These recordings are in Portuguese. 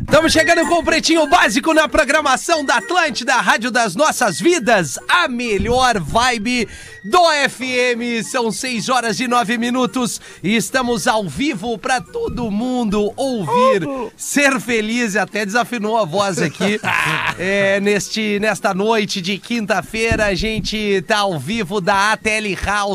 Estamos chegando com o Pretinho Básico na programação da Atlântida, Rádio das Nossas Vidas, a melhor vibe do FM. São 6 horas e 9 minutos e estamos ao vivo para todo mundo ouvir, ser feliz. Até desafinou a voz aqui. É, neste, nesta noite de quinta-feira, a gente tá ao vivo da ATL House,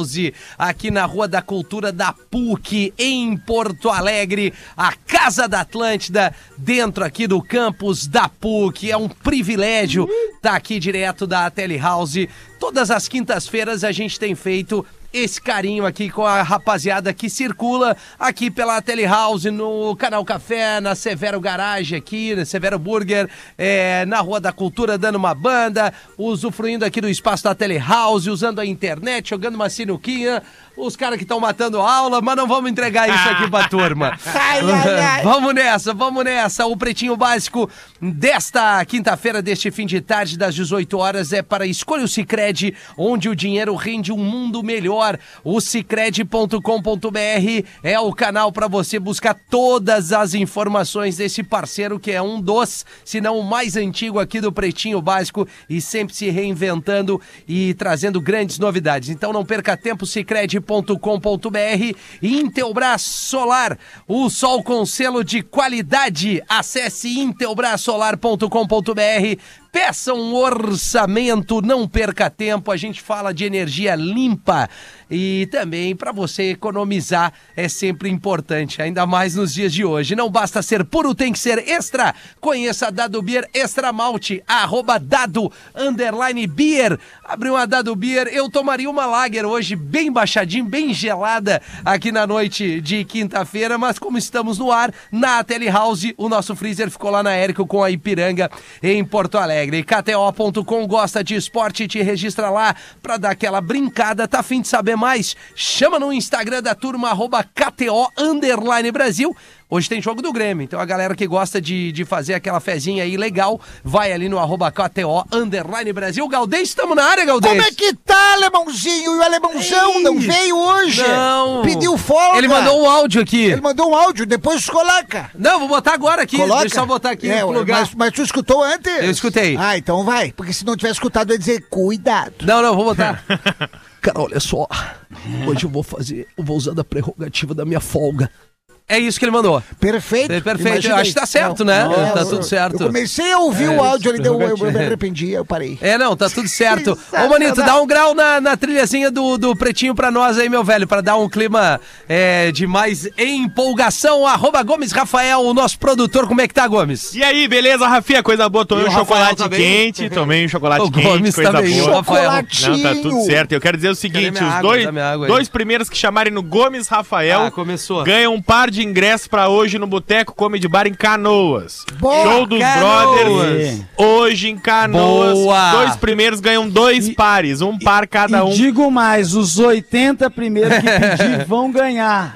aqui na Rua da Cultura da PUC, em Porto Alegre, a Casa da Atlântida, dentro aqui do campus da PUC. É um privilégio estar tá aqui direto da Telehouse. Todas as quintas-feiras a gente tem feito esse carinho aqui com a rapaziada que circula aqui pela Telehouse, no Canal Café, na Severo Garage aqui, na Severo Burger, é, na Rua da Cultura, dando uma banda, usufruindo aqui do espaço da Telehouse, usando a internet, jogando uma sinuquinha, os caras que estão matando aula, mas não vamos entregar isso aqui pra turma. ai, ai, ai. vamos nessa, vamos nessa. O Pretinho Básico desta quinta-feira, deste fim de tarde, das 18 horas, é para Escolha o Cicred, onde o dinheiro rende um mundo melhor. O cicred.com.br é o canal para você buscar todas as informações desse parceiro que é um dos, se não o mais antigo aqui do Pretinho Básico e sempre se reinventando e trazendo grandes novidades. Então não perca tempo, Cicred com.br e Intelbras Solar, o sol com selo de qualidade. Acesse intelbrasolar.com.br, peça um orçamento, não perca tempo. A gente fala de energia limpa e também para você economizar é sempre importante, ainda mais nos dias de hoje. Não basta ser puro, tem que ser extra. Conheça a Dado Beer Extra Malte, arroba dado, underline beer. Abriu uma Dado Beer, eu tomaria uma lager hoje, bem baixadinho, bem gelada aqui na noite de quinta-feira, mas como estamos no ar, na Telehouse, o nosso freezer ficou lá na Érico com a Ipiranga em Porto Alegre. Alegre. KTO.com gosta de esporte, te registra lá pra dar aquela brincada. Tá afim de saber mais? Chama no Instagram da turma, arroba KTO Brasil. Hoje tem jogo do Grêmio, então a galera que gosta de, de fazer aquela fezinha aí legal, vai ali no arroba KTO Underline Brasil. Galdês, estamos na área, Galdês. Como é que tá, alemãozinho? E o alemãozão Ei, não veio hoje. Não. Pediu folga. Ele mandou um áudio aqui. é, Ele mandou um áudio, depois coloca. Não, vou botar agora aqui. Coloca. Deixa eu só botar aqui é, lugar. Mas, mas, tu escutou antes? Eu escutei. Ah, então vai. Porque se não tiver escutado, eu ia dizer, cuidado. Não, não, vou botar. Cara, olha só. Hoje eu vou fazer, eu vou usar da prerrogativa da minha folga. É isso que ele mandou. Perfeito. É perfeito. Imaginei. Acho que tá certo, não, né? Não, é, tá eu, tudo certo. Eu comecei a ouvir é, o áudio ali, deu, eu, eu me arrependi, eu parei. É, não, tá tudo certo. Ô, Manito, dá um grau na, na trilhazinha do, do Pretinho pra nós aí, meu velho, pra dar um clima é, de mais empolgação. Arroba Gomes Rafael, o nosso produtor, como é que tá, Gomes? E aí, beleza, Rafinha? Coisa boa, tomei um chocolate também. quente, tomei um chocolate o quente, Gomes coisa também. boa. Chocolatinho. Não, tá tudo certo. Eu quero dizer o seguinte, os água, Ah, dois, dois primeiros que chamarem no Gomes Rafael começou. ganham um par de de ingresso para hoje no Boteco Comedy Bar em Canoas. Boa, Show dos Canoas. Brothers. Hoje em Canoas. Boa. Dois primeiros ganham dois e, pares, um par cada e um. Digo mais, os 80 primeiros que pedir vão ganhar.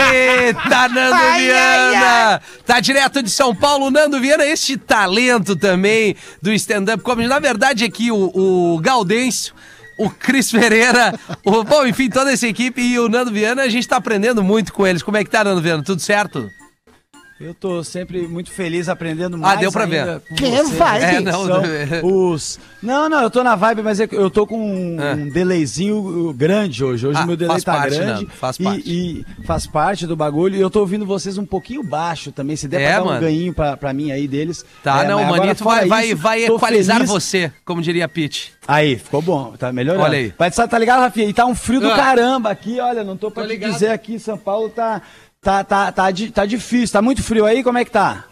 Eita, Nando ai, Viana! Ai, ai. Tá direto de São Paulo, Nando Viana, este talento também do stand-up comedy. Na verdade, aqui o, o Gaudêncio o Cris Pereira, o, bom, enfim, toda essa equipe e o Nando Viana, a gente tá aprendendo muito com eles. Como é que tá, Nando Viana? Tudo certo? Eu tô sempre muito feliz aprendendo mais. Ah, deu pra ver. Que você. vibe! É, não, os... não, não, eu tô na vibe, mas eu tô com um, é. um delayzinho grande hoje. Hoje o ah, meu delay tá parte, grande. Não, Ah. faz parte. E, e, faz parte do bagulho. E eu tô ouvindo vocês um pouquinho baixo também. Se der é, pra dar mano. um ganhinho pra, pra mim aí deles. É, Tá, não, o Manito vai, vai, vai equalizar feliz. você, como diria a Pete. Aí, ficou bom, tá melhorando. Olha aí. Mas, tá ligado, Rafinha? E tá um frio do ah. caramba aqui, olha, não tô pra tô te ligado. dizer aqui, São Paulo tá, Tá, tá, tá, tá difícil, tá muito frio aí, como é que tá?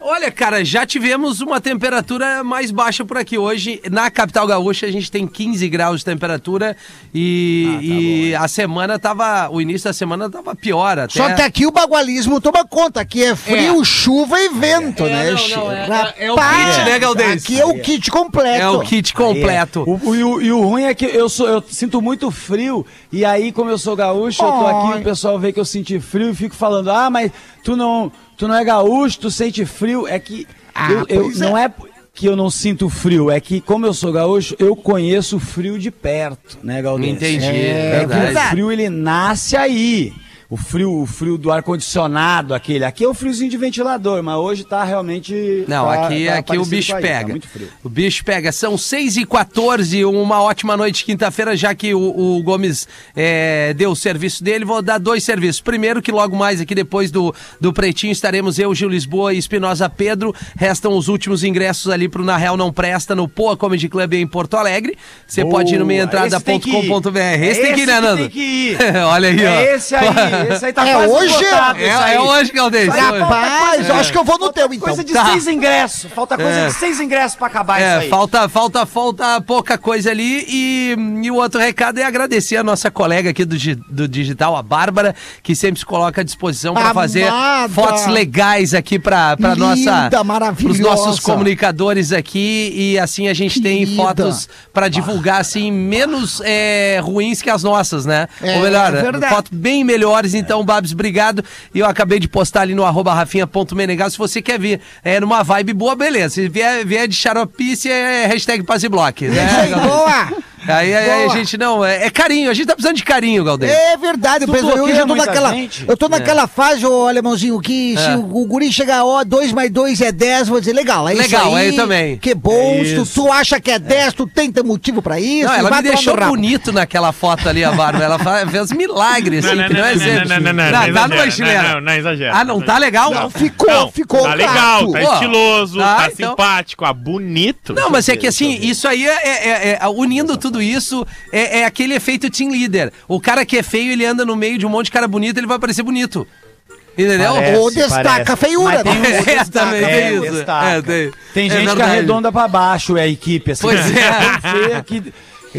Olha, cara, já tivemos uma temperatura mais baixa por aqui hoje. Na capital gaúcha a gente tem 15 graus de temperatura e, e a semana tava. O início da semana tava pior até. Só que aqui o bagualismo toma conta. Aqui é frio, chuva e vento, né? não, não, é- Rapaz, é- é o kit, né, Galdês? Aqui é o kit completo. É o kit completo. O- o- e, o, e o ruim é que eu, sou, eu sinto muito frio, e aí, como eu sou gaúcho, eu tô aqui, Ai. o pessoal vê que eu senti frio e fico falando, ah, mas tu não, tu não é gaúcho, tu sente frio. É que eu, eu- não é que eu não sinto frio, é que como eu sou gaúcho, eu conheço o frio de perto, né, Galdês? Entendi, É, é que o verdade. frio, ele nasce aí. O frio, o frio do ar-condicionado, aquele. Aqui é o friozinho de ventilador, mas hoje tá realmente. Não, tá- aqui, tá aqui o parecido bicho com aí, tá pega. muito frio. O bicho pega. São 6h14, uma ótima noite de quinta-feira, já que o, o Gomes é, deu o serviço dele. Vou dar dois serviços. Primeiro, que logo mais aqui depois do, do Pretinho estaremos eu, Gil Lisboa e Espinosa Pedro. Restam os últimos ingressos ali pro Na Real Não Presta no Poa Comedy Club em Porto Alegre. Você pode ir no meiaentrada.com.br. Esse, tem que ir, né, Nando? Tem que ir. Olha aí, ó. É esse aí, esse aí tá É quase hoje? esgotado, esse É, aí. é hoje que eu dei. Rapaz, eu acho que eu vou no teu, então. Coisa de Tá. seis ingressos. Falta coisa de seis ingressos pra acabar isso É, aí. falta, falta, falta pouca coisa ali. E, e o outro recado é agradecer a nossa colega aqui do, gi- do digital, a Bárbara, que sempre se coloca à disposição para fazer Amada. fotos legais aqui para para nossa, Linda, para os maravilhosa. nossos comunicadores aqui. E assim a gente tem Querida. fotos para divulgar assim menos é, ruins que as nossas, né? É, Ou melhor, é verdade. fotos bem melhores. Então, Babs, obrigado. E eu acabei de postar ali no arroba rafinha.menegal. Se você quer vir é, numa vibe boa, beleza. Se vier, vier de xaropice, é hashtag passeblock. Né? É Isso aí, boa! Aí, aí, aí, Boa. gente, não, é, é carinho. A gente tá precisando de carinho, Galdês. É verdade, eu penso, bloqueia é hoje eu tô muita naquela, gente? eu tô naquela fase, ô alemãozinho, que se É. o guri chegar, ó, 2 mais 2 é 10, vou dizer, legal, é Legal, isso aí. aí também. Que bom, É se tu, isso. tu acha que é 10, tu tem teu motivo pra isso. Não, e ela vai me tomar no deixou rabo. bonito naquela foto ali, a Bárbara. Ela fa- fez milagres, Não, assim, não, que não não, é não, exemplo. não, não, não, não, Tá- Tá não, numa não, chilena. não, não, exagera. Ah, não tá legal? Não, ficou, ficou tá legal, gato. tá Ó, estiloso, tá, tá, então. simpático, ah, bonito. Não, mas é que assim, isso aí é, é- é- é- unindo tudo isso, é, é aquele efeito team leader. O cara que é feio, ele anda no meio de um monte de cara bonito, ele vai parecer bonito. Entendeu? Parece, Ou destaca parece. a feiura, Mas tem né? uns- É, também destaca, tem isso. destaca. É, tem. Tem É gente que verdade. arredonda pra baixo, é a equipe, assim. Pois é. Tão feia que,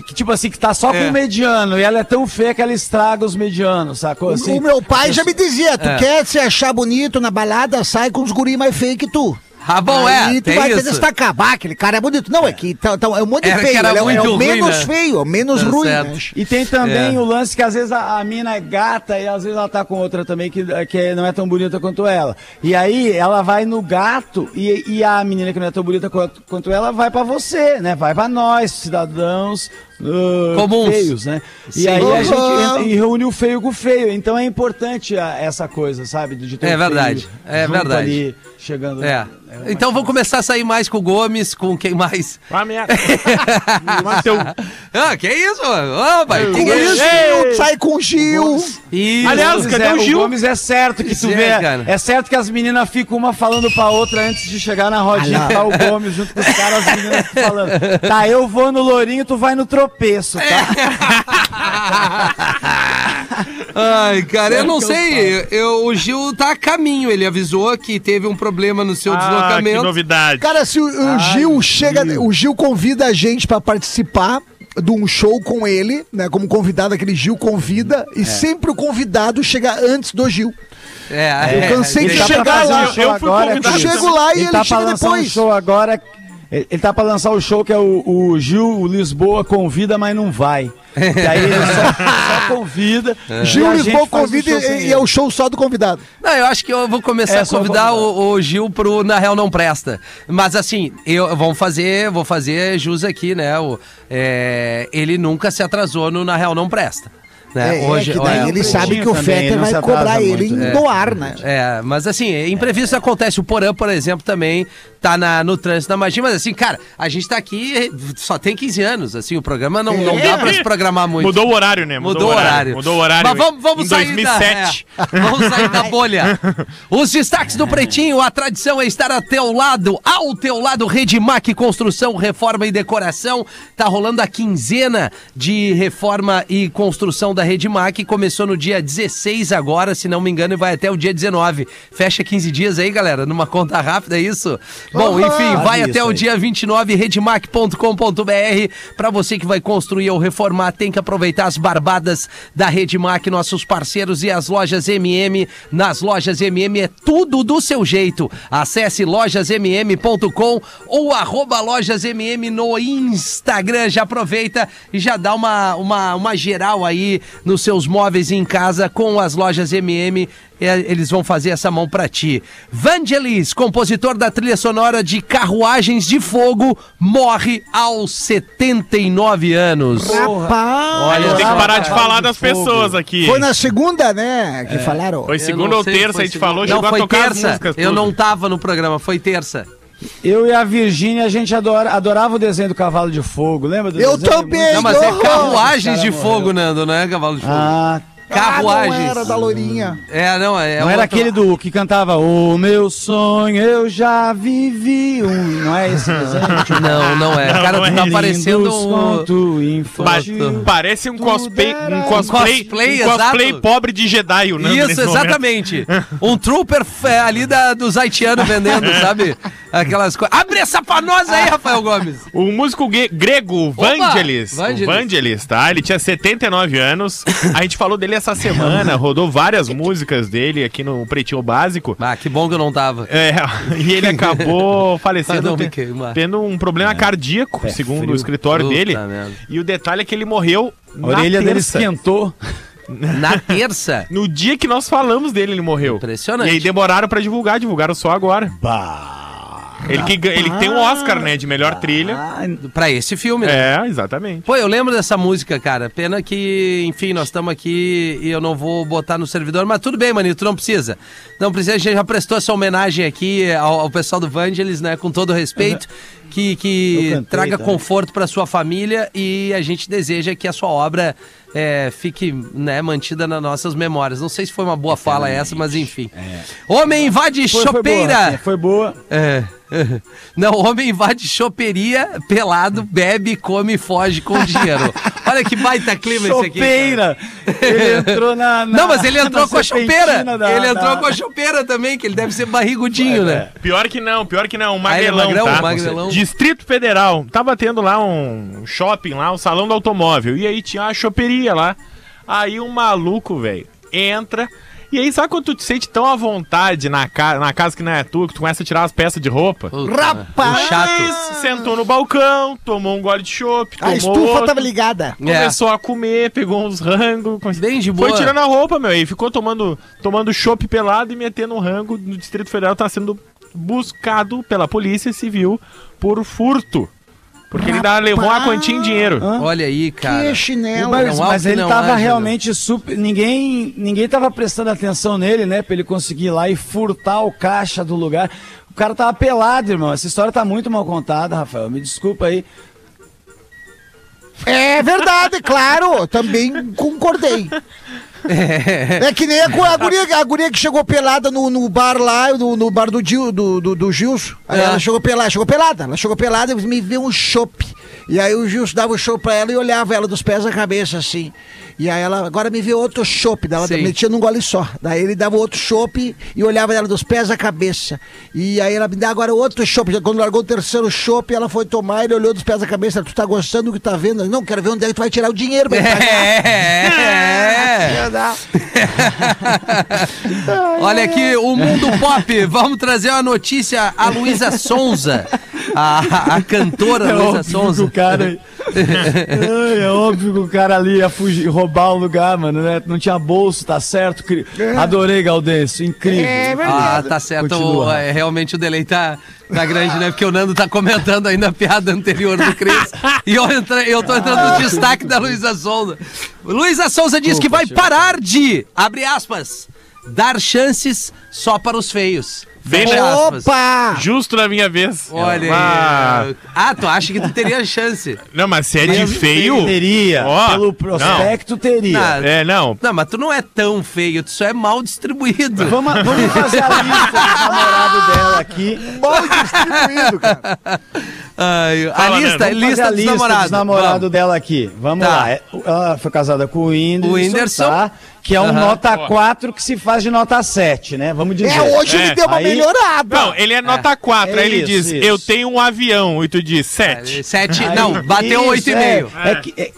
que, tipo assim, que tá só É. pro mediano. E ela é tão feia que ela estraga os medianos, sacou? Assim, o meu pai já me dizia, tu É. quer se achar bonito na balada, sai com os guri mais feio que tu. Ah, bom, Aí é. tu Tem vai te isso. destacar, bah, aquele cara é bonito. Não, é, que tá, tá- é um monte de Era que feio, era ele é, o- é muito o ruim, menos né? feio, é o menos Tá ruim. certo. né? E tem também É. o lance que às vezes a, a mina é gata e às vezes ela tá com outra também que, que não é tão bonita quanto ela. E aí ela vai no gato e, e a menina que não é tão bonita quanto, quanto ela vai pra você, né? Vai pra nós, cidadãos ah, Comuns. feios, né? E Sim. aí a gente Uhum. entra- e reúne o feio com o feio. Então é importante a- essa coisa, sabe? De ter É o verdade, feio é junto verdade. Ali, chegando. É. Então vou começar a sair mais com o Gomes, com quem mais? Ah, minha... Mateu. Ah, que isso? Ô, pai, Com que isso, é Ei! sai com o Gil. isso? Aliás, Gomes cadê é- o Gil? Gomes é certo que tu Pois é, vê. cara. É, certo que as meninas ficam uma falando pra outra antes de chegar na rodinha. Tá o Gomes junto com os caras, as meninas ficam falando. Tá, eu vou no lourinho, tu vai no tropeço, tá? Ai, cara, eu não sei. Eu, o Gil tá a caminho. Ele avisou que teve um problema no seu Ah, que deslocamento. novidade. Cara, se o, o Gil chega, o Gil convida a gente pra participar de um show com ele, né? Como convidado, aquele Gil convida e sempre o convidado chega antes do Gil. É, Eu cansei é, de é, chegar pra fazer lá. um show Eu fui agora, convidado. que- Eu chego lá e ele tá pra chega lançar um depois. show agora. Ele ele tá pra lançar o show que é o, o Gil o Lisboa convida, mas não vai. E aí ele só, só convida. É. e Gil a gente Lisboa faz um o convida show sem e, e ele. é o show só do convidado. Não, eu acho que eu vou começar É, a só vou convidar mudar. o, o Gil pro Na Real Não Presta. Mas assim, eu vamos fazer, vou fazer jus aqui, né? O, é, ele nunca se atrasou no Na Real Não Presta. Né? É, Hoje, é que daí é, ele o sabe Pretinho que o também, Fetter não vai se atrasa cobrar ele muito, em é. doar, né? É, mas assim, imprevisto acontece. O Porã, por exemplo, também tá na, no trânsito da magia. Mas assim, cara, a gente tá aqui, só tem 15 anos. Assim, o programa É. não, não dá pra se programar muito. Mudou o horário, né? Mudou, o horário. Mudou o horário. Mas vamos, vamos em sair 2007. da... é, vamos sair da bolha. Os destaques do Pretinho, a tradição é estar a teu lado, ao teu lado, Redmac Construção, Reforma e Decoração. Tá rolando a quinzena de reforma e construção da da Rede Mac que começou no dia 16 agora, se não me engano, e vai até o dia 19. Fecha 15 dias aí, galera, numa conta rápida, é isso? Bom, enfim, vai até o dia 29, redmac.com.br. Para você que vai construir ou reformar, tem que aproveitar as barbadas da Rede Mac, nossos parceiros e as lojas MM. Nas lojas MM é tudo do seu jeito. Acesse lojasmm.com ou arroba lojasmm no Instagram. Já aproveita e já dá uma, uma, uma geral aí nos seus móveis em casa com as lojas MM. E a- Eles vão fazer essa mão pra ti. Vangelis, compositor da trilha sonora de Carruagens de Fogo, morre aos 79 anos. Rapaz! A gente tem que parar de falar das pessoas aqui. Foi na segunda, né? Que falaram. Foi Eu segunda não ou sei se terça, foi a gente segunda. falou, não, chegou a foi tocar terça. as músicas. Eu tudo. não tava no programa, foi terça. Eu e a Virgínia, a gente adora, adorava o desenho do Cavalo de Fogo, lembra do Eu desenho? também! Muito- Não, mas é horror! carruagens Esse de cara fogo, Nando, não é cavalo de fogo. Ah, Ah, não carruagens. era da loirinha. É, não, é. não outro- era aquele do que cantava O meu sonho eu já vivi um. Não é esse desenho? Tipo, Não, não é. Não, cara, não tu é. tá Lindos parecendo um. conto Pa- infantil. Parece um cosplay, um cosplay, um cosplay, cosplay, exato. pobre de Jedi, o Nando, Isso, nesse momento. exatamente. Um trooper é, ali da, dos haitianos vendendo, sabe? Aquelas coisas. Abre essa pra nós aí, Rafael Gomes. O músico gre- grego Vangelis, o Vangelis. Vangelis, tá? Ele tinha 79 anos. A gente falou dele essa semana, rodou várias músicas dele aqui no Pretinho Básico. Ah, que bom que eu não tava. É, e ele acabou falecendo Não, me te- queimar. tendo um problema cardíaco, segundo o escritório Puta dele. merda. E o detalhe é que ele morreu A na orelha dele terça. esquentou. Na terça. No dia que nós falamos dele, ele morreu. Impressionante. E aí demoraram pra divulgar, divulgaram só agora. Ele, que, gan- ele tem um Oscar, né, de melhor trilha. Ah, Pra esse filme, né? É, exatamente. Pô, eu lembro dessa música, cara. Pena que, enfim, nós estamos aqui e eu não vou botar no servidor, mas tudo bem, Manito, não precisa. Não precisa, a gente já prestou essa homenagem aqui ao, ao pessoal do Vangelis, né? Com todo respeito. Que, que Uhum. Eu cantei, traga tá? conforto para sua família e a gente deseja que a sua obra é, fique né, mantida nas nossas memórias. Não sei se foi uma boa fala essa, mas enfim. Homem invade É. foi, foi boa, chopeira! assim, foi boa. É. Não, homem invade choperia, pelado, bebe, come e foge com dinheiro. Olha que baita clima esse aqui. cara. Chopeira! né? Ele entrou na, na- Não, mas ele entrou na com a chopeira. serpentina da- ele entrou da- com a chopeira também, que ele deve ser barrigudinho, né? Pior que não, pior que não. Ah, ele é magrão, Magrelão, tá? magrelão. Distrito Federal. Tava tendo lá um shopping, lá um salão do automóvel. E aí tinha uma choperia lá. Aí um maluco, velho, entra. E aí, sabe quando tu te sente tão à vontade na, ca na casa que não é tua, que tu começa a tirar as peças de roupa? Puta, Rapaz! Chato. É. Mas sentou no balcão, tomou um gole de chopp, A tomou estufa outro, tava ligada. começou a comer, pegou uns rangos, come- É. Bem de boa. foi tirando a roupa, meu, e ficou tomando tomando chopp pelado e metendo um rango no Distrito Federal, tá sendo buscado pela Polícia Civil por furto. Porque ele ainda levou uma quantia em dinheiro. Olha aí, cara. Que chinelo. Mas, Não, mas algo que ele não tava haja, né? realmente super. Ninguém, ninguém tava prestando atenção nele, né? Pra ele conseguir ir lá e furtar o caixa do lugar. O cara tava pelado, irmão. Essa história tá muito mal contada, Rafael. Me desculpa aí. É verdade, claro. Também concordei. É que nem a, gu- a, guria, a guria que chegou pelada no, no bar lá, no, no bar do, Gil, do, do, do Gilson. Aí É. ela chegou pelada, chegou pelada. Ela chegou pelada e me viu um chope. E aí o Gilson dava o chope pra ela e olhava ela dos pés à cabeça, assim. E aí ela, agora me viu outro chope. Daí Ela Sim. metia num gole só. Daí ele dava outro chope e olhava ela dos pés à cabeça. E aí ela me dá agora outro chope. Já Quando largou o terceiro chope, ela foi tomar, ele olhou dos pés à cabeça. Tu tá gostando do que tá vendo? Eu, Não, quero ver onde é que tu vai tirar o dinheiro, pra me pagar." né? É. Olha aqui, o mundo pop. Vamos trazer uma notícia. A Luísa Sonza, a, a cantora Luísa Sonza. É que o cara. Ai, é óbvio que o cara ali ia fugir, roubar o lugar, mano, né? Não tinha bolso, tá certo? Cri- É. Adorei, Gaudêncio. Incrível. Ah, tá certo. Continua, O- Rafa. é, realmente o delay tá, tá grande, né? Porque o Nando tá comentando ainda a piada anterior do Cris. e eu, entra, eu tô entrando no destaque da Luísa Souza. Luísa Souza diz que vai parar de, abre aspas, dar chances só para os feios. Bem Fecha legal. aspas. Opa! Justo na minha vez. Ah. Olha Ah, aí. Ah, tu acha que tu teria chance? Não, mas se é de feio. Teria. Ó, Pelo prospecto, teria. Ah, não. É, não. Não, mas tu não é tão feio, tu só é mal distribuído. Vamos, vamos fazer a lista do namorado dela aqui. Mal distribuído, cara. Ai, Ah, a Fala, lista, Nando. lista fazer dos a lista namorados. dos namorados Vamos. dela aqui. Vamos Tá. lá. É, Ela foi casada com o Whindersson, O Whindersson. tá? que é um Aham. nota 4 que se faz de nota 7, né? Vamos dizer. É, hoje É, ele deu uma aí- melhorada. Não, Ah, ele é nota 4. É aí ele isso, diz: isso. Eu tenho um avião. E tu diz: 7. Sete, Aí- não, bateu um Isso, oito e é, meio. É, que- é-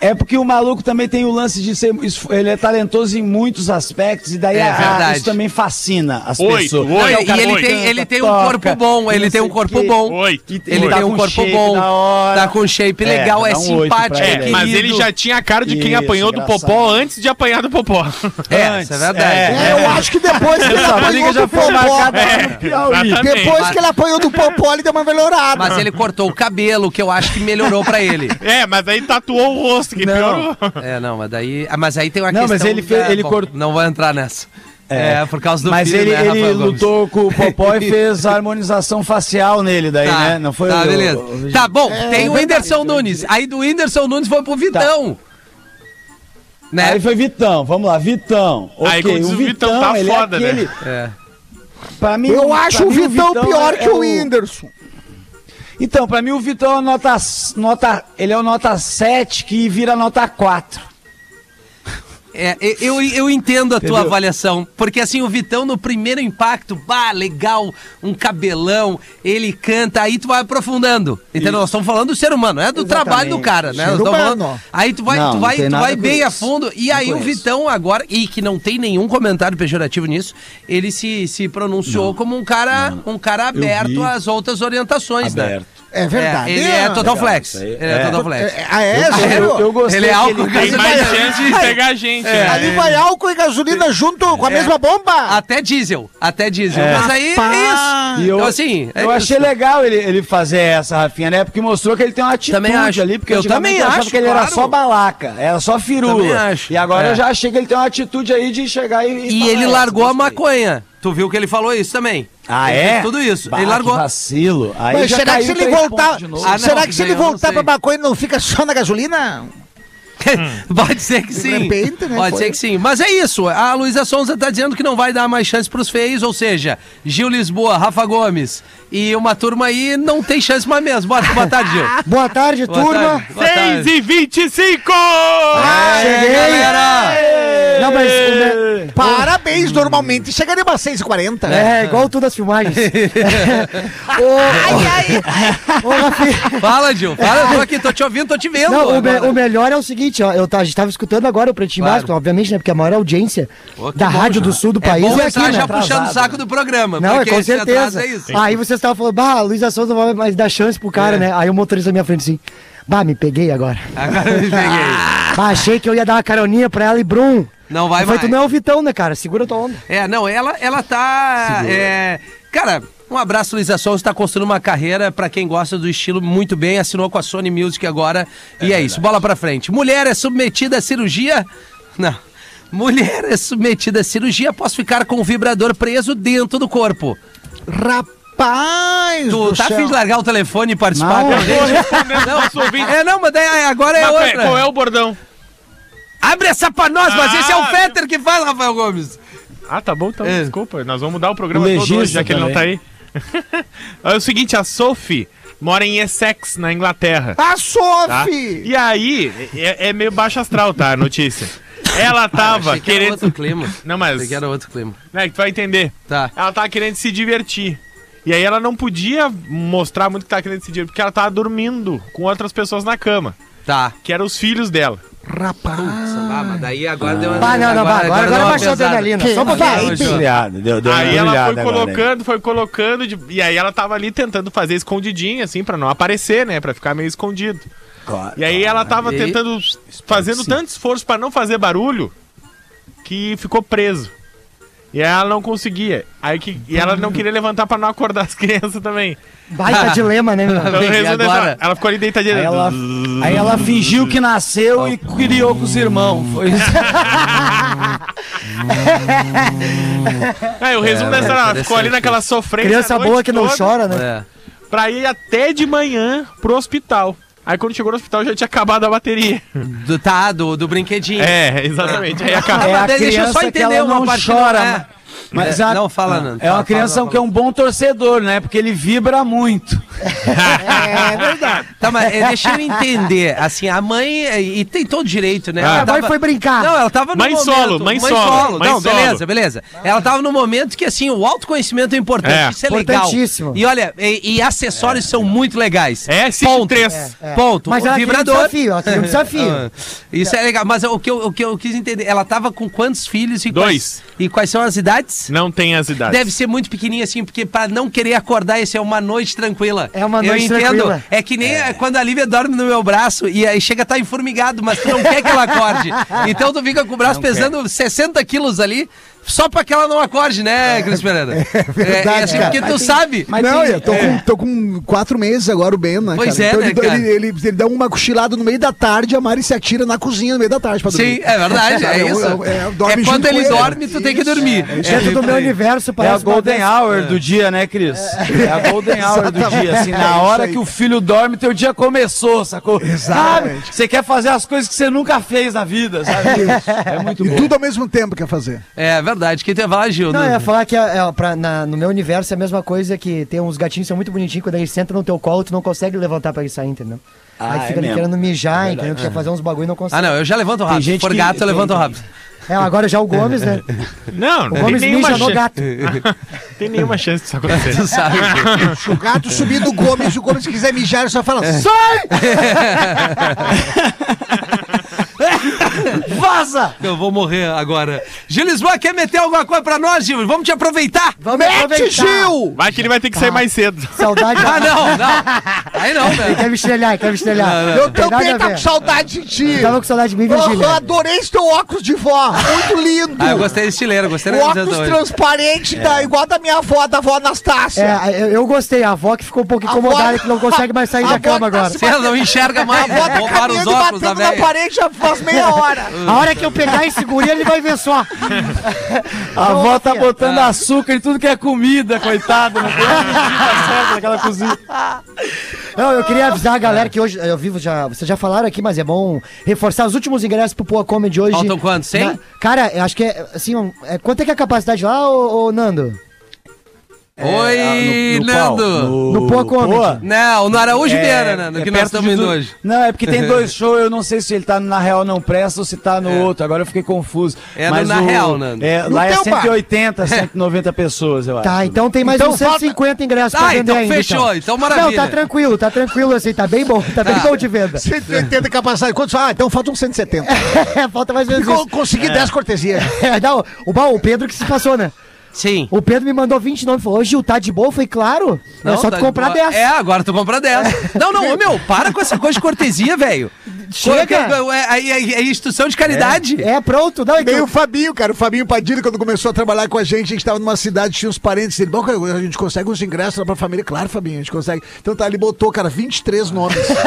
é porque o maluco também tem o lance de ser. esf- Ele é talentoso em muitos aspectos, e daí É a- a- verdade. isso também fascina as Oito, pessoas. oito, Não, é o E cara ele que tem, canta, ele tem um toca, corpo bom, ele não tem um sei o corpo quê. bom. Oito. Ele Tá tem com um corpo shape bom, da hora. tá com shape É, legal, é, dá um oito pra simpático, é ele. querido. mas ele já tinha a cara de quem Isso, apanhou do engraçado. Popó antes de apanhar do Popó. É, essa é verdade. É. É, eu acho que depois que ele Essa apanhou liga já do foi Popó. marcada lá no Piauí. Exatamente. Depois que ele apanhou do Popó, ele deu uma melhorada. Mas ele cortou o cabelo, que eu acho que melhorou pra ele. É, mas aí tatuou o rosto, que Não. piorou. É, não, mas daí. ah, Mas aí tem uma Não, questão. mas ele fe- ele cortou- Não vou entrar nessa. É, por causa do Mas filho, ele, né, ele Rafael Gomes? lutou com o Popó e fez a harmonização facial nele daí, Tá, né? Não foi tá, o- beleza. o- É, tá bom, tem o verdade, Whindersson Nunes. Aí do Whindersson Nunes foi pro Vitão. Né? Tá. Aí foi Vitão, vamos lá, Vitão. Aí, Ok, como diz o Vitão, tá ele foda, né? É. Pra mim, Eu pra acho o mim, Vitão pior é- é que o Whindersson. Então, pra mim o Vitão é nota, nota. Ele é o nota 7 que vira nota 4. É, e- eu, eu entendo a tua Entendeu? avaliação, porque assim, o Vitão no primeiro impacto, bah, legal, um cabelão, ele canta, aí tu vai aprofundando. Entendeu? Nós estamos falando do ser humano, é do Exatamente. trabalho do cara, né? Ser Nós estamos humano. falando- aí tu vai, Não, tu não vai, tem tu nada vai com bem a isso. fundo, e Não aí o conheço. Vitão agora, e que não tem nenhum comentário pejorativo nisso, ele se, se pronunciou como um cara, um cara aberto vi. às outras orientações, né? Aberto. É verdade. É, ele é total Legal, flex. isso aí. Ele é, É. total flex. É, ah, é, Ah, sério? eu- eu gostei Ele é que álcool ele- Tem gasolina. mais vai- chance de vai- pegar a gente. É. Ali né? vai álcool e gasolina junto com a mesma bomba. Até diesel, até diesel. Mas aí é isso. E eu, então, assim, é eu isso. achei legal ele, ele fazer essa, Rafinha, né? Porque mostrou que ele tem uma atitude Também acho. ali, porque Eu antigamente também eu achava acho, que ele claro. era só balaca, era só Também firula. acho. E agora É. eu já achei que ele tem uma atitude aí de chegar e. E falar "É, ele essa, largou a gostei. maconha. Tu viu que ele falou isso também. Ah, Ele é? fez Tudo isso. Bah, ele largou. Que vacilo. Aí Mas já será que caiu se ele três voltar, pontos de novo. Ah, não, será que se daí ele eu não voltar sei. pra maconha não fica só na gasolina? Pode ser que sim. repente, né, Pode foi. ser que sim. Mas é isso. A Luísa Sonza tá dizendo que não vai dar mais chance pros feios, ou seja, Gil Lisboa, Rafa Gomes e uma turma aí não tem chance mais mesmo. Boa, boa tarde, Gil. Boa tarde, Boa turma. tarde, boa tarde. 6 e 25! Ah, Cheguei. Galera! Não, mas o me- é? Parabéns, normalmente chegaria umas 6h40. é igual tudo as filmagens. Ô, Rafi- Fala, Gil. Fala, tô aqui, tô te ouvindo, tô te vendo. Não, o, me- agora. o melhor é o seguinte, ó, eu tá- a gente tava escutando agora o Pretinho Claro. Básico, obviamente, né, porque a maior audiência Pô, que da bom, Rádio já. do Sul do É país bom é aqui, entrar né? já puxando o saco do programa. Não, é porque com esse atraso certeza. é isso. É. Aí você estava falando, bah, a Luísa Souza não vai mais dar chance pro cara, né? Aí o motorista na minha frente assim, bah, me peguei agora. Agora eu me peguei. Bah, achei que eu ia dar uma caroninha pra ela e Brum. Não vai Eu falei, tu mais. não é o Vitão, né, cara? Segura tua onda. É, não, ela, ela tá. é, cara. Um abraço, Luísa Souza. Está construindo uma carreira pra quem gosta do estilo muito bem. Assinou com a Sony Music agora. e é isso, bola pra frente. Mulher é submetida a cirurgia. Não. Mulher é submetida a cirurgia após ficar com o vibrador preso dentro do corpo. Rapaz Tu do tá afim céu. de largar o telefone e participar Não, com a eu Tô gente? respondendo aos ouvintes. É, não, mas daí agora é Mas, peraí, outra. Qual é o bordão? Abre essa pra nós, mas Ah, esse é o meu- Fetter que faz, Rafael Gomes. Ah, tá bom, então. É. Desculpa, nós vamos mudar o programa O todo hoje, legista já que ele não tá aí. é o seguinte, a Sophie mora em Essex, na Inglaterra. A tá? Sophie! E aí, é, é meio baixo astral, tá? A notícia. Ela tava Ah, Achei que era querendo. outro clima. Ah, Não, mas. Achei que era outro clima. Né, que tu vai entender. Tá. Ela tava querendo se divertir. E aí ela não podia mostrar muito que tava querendo se divertir, porque ela tava dormindo com outras pessoas na cama, Tá. que eram os filhos dela. Rapaz! Ah, mas daí agora deu uma. Bah, não, não, bah, agora, agora deu uma baixou a pesada. adrenalina. Que- Só um Vai, pouquinho. Deu uma Sim. brilhada, deu- deu uma Aí ela foi brilhada agora, né? colocando, foi colocando, de- e aí ela tava ali tentando fazer escondidinha, assim, pra não aparecer, né? Pra ficar meio escondido. Claro. E aí ela tava e aí? tentando, fazendo tanto esforço pra não fazer barulho, que ficou preso. E aí ela não conseguia. Aí que, e ela não queria levantar pra não acordar as crianças também. Baita dilema, né, meu? Então, Bem, e resumindo, agora? ela ficou ali deitadinha. Aí ela, aí ela fingiu que nasceu e criou com os irmãos. Foi isso. É, o resumo dessa, ela ficou ali interessante naquela sofrência. a Criança noite boa que não toda, chora, né? É. Pra ir até de manhã pro hospital. Aí quando chegou no hospital já tinha acabado a bateria. Do, tá, do, do brinquedinho. É, exatamente. Aí acabou. É mas a daí deixa eu só criança que entender ela uma não parte que chora, né? não é. Mas É, a- não, fala, Nando, É uma fala, criança fala, que é um bom torcedor, né? Porque ele vibra muito. É verdade. Tá, mas é, deixa eu entender. Assim, a mãe. é, E tem todo direito, né? Ah. É, Ela A tá, mãe foi brincar. Não, ela tava no Mãe momento. solo, mãe solo, mãe Não, solo. beleza, beleza. Ela tava no momento que, assim, o autoconhecimento é importante. É. Isso é legal. Importantíssimo. E olha, e, e acessórios são muito legais. É, City Ponto. três. É. Ponto. Mas ela queria um Vibrador. desafio, ela queria um desafio. Ah, Isso é legal. Mas o que, eu, o que eu quis entender, ela tava com quantos filhos e Dois. Quais, e quais são as idades? Não tem as idades. Deve ser muito pequenininho assim, porque pra não querer acordar, esse é uma noite tranquila. É uma Eu noite entendo. tranquila. É que nem eh, quando a Lívia dorme no meu braço e aí chega a estar informigado, mas tu não quer que ela acorde. Então tu fica com o braço pesando 60 quilos ali, só pra que ela não acorde, né, Cris Pereira? É, verdade, é assim, cara. porque tu sabe. não, eu tô, com, tô com quatro meses agora, o Bena. Pois é, cara. então né, ele, cara? Ele, ele- ele dá uma cochilada no meio da tarde, a Mari se atira na cozinha no meio da tarde pra dormir. Sim, é verdade, é É, isso. é, é, dorme É junto quando com ele ele. dorme, tu tem que dormir. Dentro do meu universo, É a parece uma golden dança. hour do dia, né, Cris? É a golden hour do Exatamente. dia, assim, É na isso hora aí, que o filho dorme, teu dia começou, sacou? Exatamente. Sabe? Você quer fazer as coisas que você nunca fez na vida, sabe? É muito E bom. tudo ao mesmo tempo quer fazer. É verdade. Quem tem a falar, Gil? Não, eu Uhum. né? ia falar que é, é, pra- na- no meu universo é a mesma coisa que tem uns gatinhos que são muito bonitinhos, quando eles sentam no teu colo, tu não consegue levantar pra eles sair, entendeu? Ah, Aí é fica ali mesmo. querendo mijar, entendeu? Uhum. Tu quer fazer uns bagulho e não Ah, consegue. não, eu já levanto o rabo. Se gente for que- gato, eu levanto o rabo. É, agora já o Gomes, né? Não, O não tem Gomes nenhuma mija no chance. gato. Tem nenhuma chance disso acontecer. Tu sabe. Se o gato subir no Gomes, se o Gomes quiser mijar, ele só fala, É. sai! Vaza! Eu vou morrer agora. Gil Lisboa quer meter alguma coisa pra nós, Gil? Vamos te aproveitar. Vamos aproveitar. Gil! Vai que ele vai ter que sair mais cedo. Saudade. Ah, não, não. Aí não, né? Quer me estrelhar, quer me estrelhar. É. Eu Tem nada também tava a ver. tá com saudade de ti. Tava com saudade de mim, Porra, Virgínia. adorei esse teu óculos de vó, muito lindo. Ah, eu gostei É. desse estileiro, gostei O da óculos organização hoje. transparente, da, igual da minha avó, da avó Anastácia. É, eu, eu gostei. A avó que ficou um pouco A avó- incomodada, que não consegue mais sair A da avó cama que tá agora. se- Você não enxerga A mais, avó tá roubaram os caminhando e óculos da batendo na velha. parede já faz meia hora. A hora que eu pegar esse guri, ele vai ver só. A avó tá botando açúcar em tudo que é comida, coitado. Não tem tá certo naquela cozinha. Não, eu queria avisar a galera que hoje, eu vivo já, vocês já falaram aqui, mas é bom reforçar os últimos ingressos pro Poa Comedy hoje. Faltam quantos? Cem? Na- cara, eu acho que é, assim, um- é- quanto é que é a capacidade lá, ô, ô, Nando? ah, Oi, Nando. No Poa Comedy. Não, no Araújo É, Vieira, Nando, é né? que nós perto estamos de indo du- hoje. Não, é porque tem dois shows, eu não sei se ele tá no Na Real Não Presta ou se tá no outro, agora eu fiquei confuso. É no Na Real, Nando. É, No lá é teu bar. 180, 190 pessoas, eu acho. Tá, então tem mais Então uns 150 ingressos Ah, pra vender então ainda. fechou, então maravilha. Não, tá tranquilo, tá tranquilo assim, tá bem bom, tá, bem bom de venda. 180 capacidade. Quantos? Ah, então faltam 170. É, falta mais ou menos Ficou- um isso. Consegui 10 cortesias. É, não, o, bom, o Pedro que se passou, né? Sim. O Pedro me mandou 20 nomes, falou, "Ô, Gil, tá de boa? Foi claro, é só tá tu de comprar É. boa. 10. É, agora tu compra 10. Não, não, ô, meu, para com essa coisa de cortesia, velho. Chega. Co- É, é, é- é instituição de caridade. É, pronto, não, Tem então, o Fabinho, cara. O Fabinho Padilha, quando começou a trabalhar com a gente, a gente tava numa cidade, tinha uns parentes dele. Bom, cara, a gente consegue uns ingressos lá pra família? Claro, Fabinho, a gente consegue. Então tá, ele botou, cara, 23 nomes.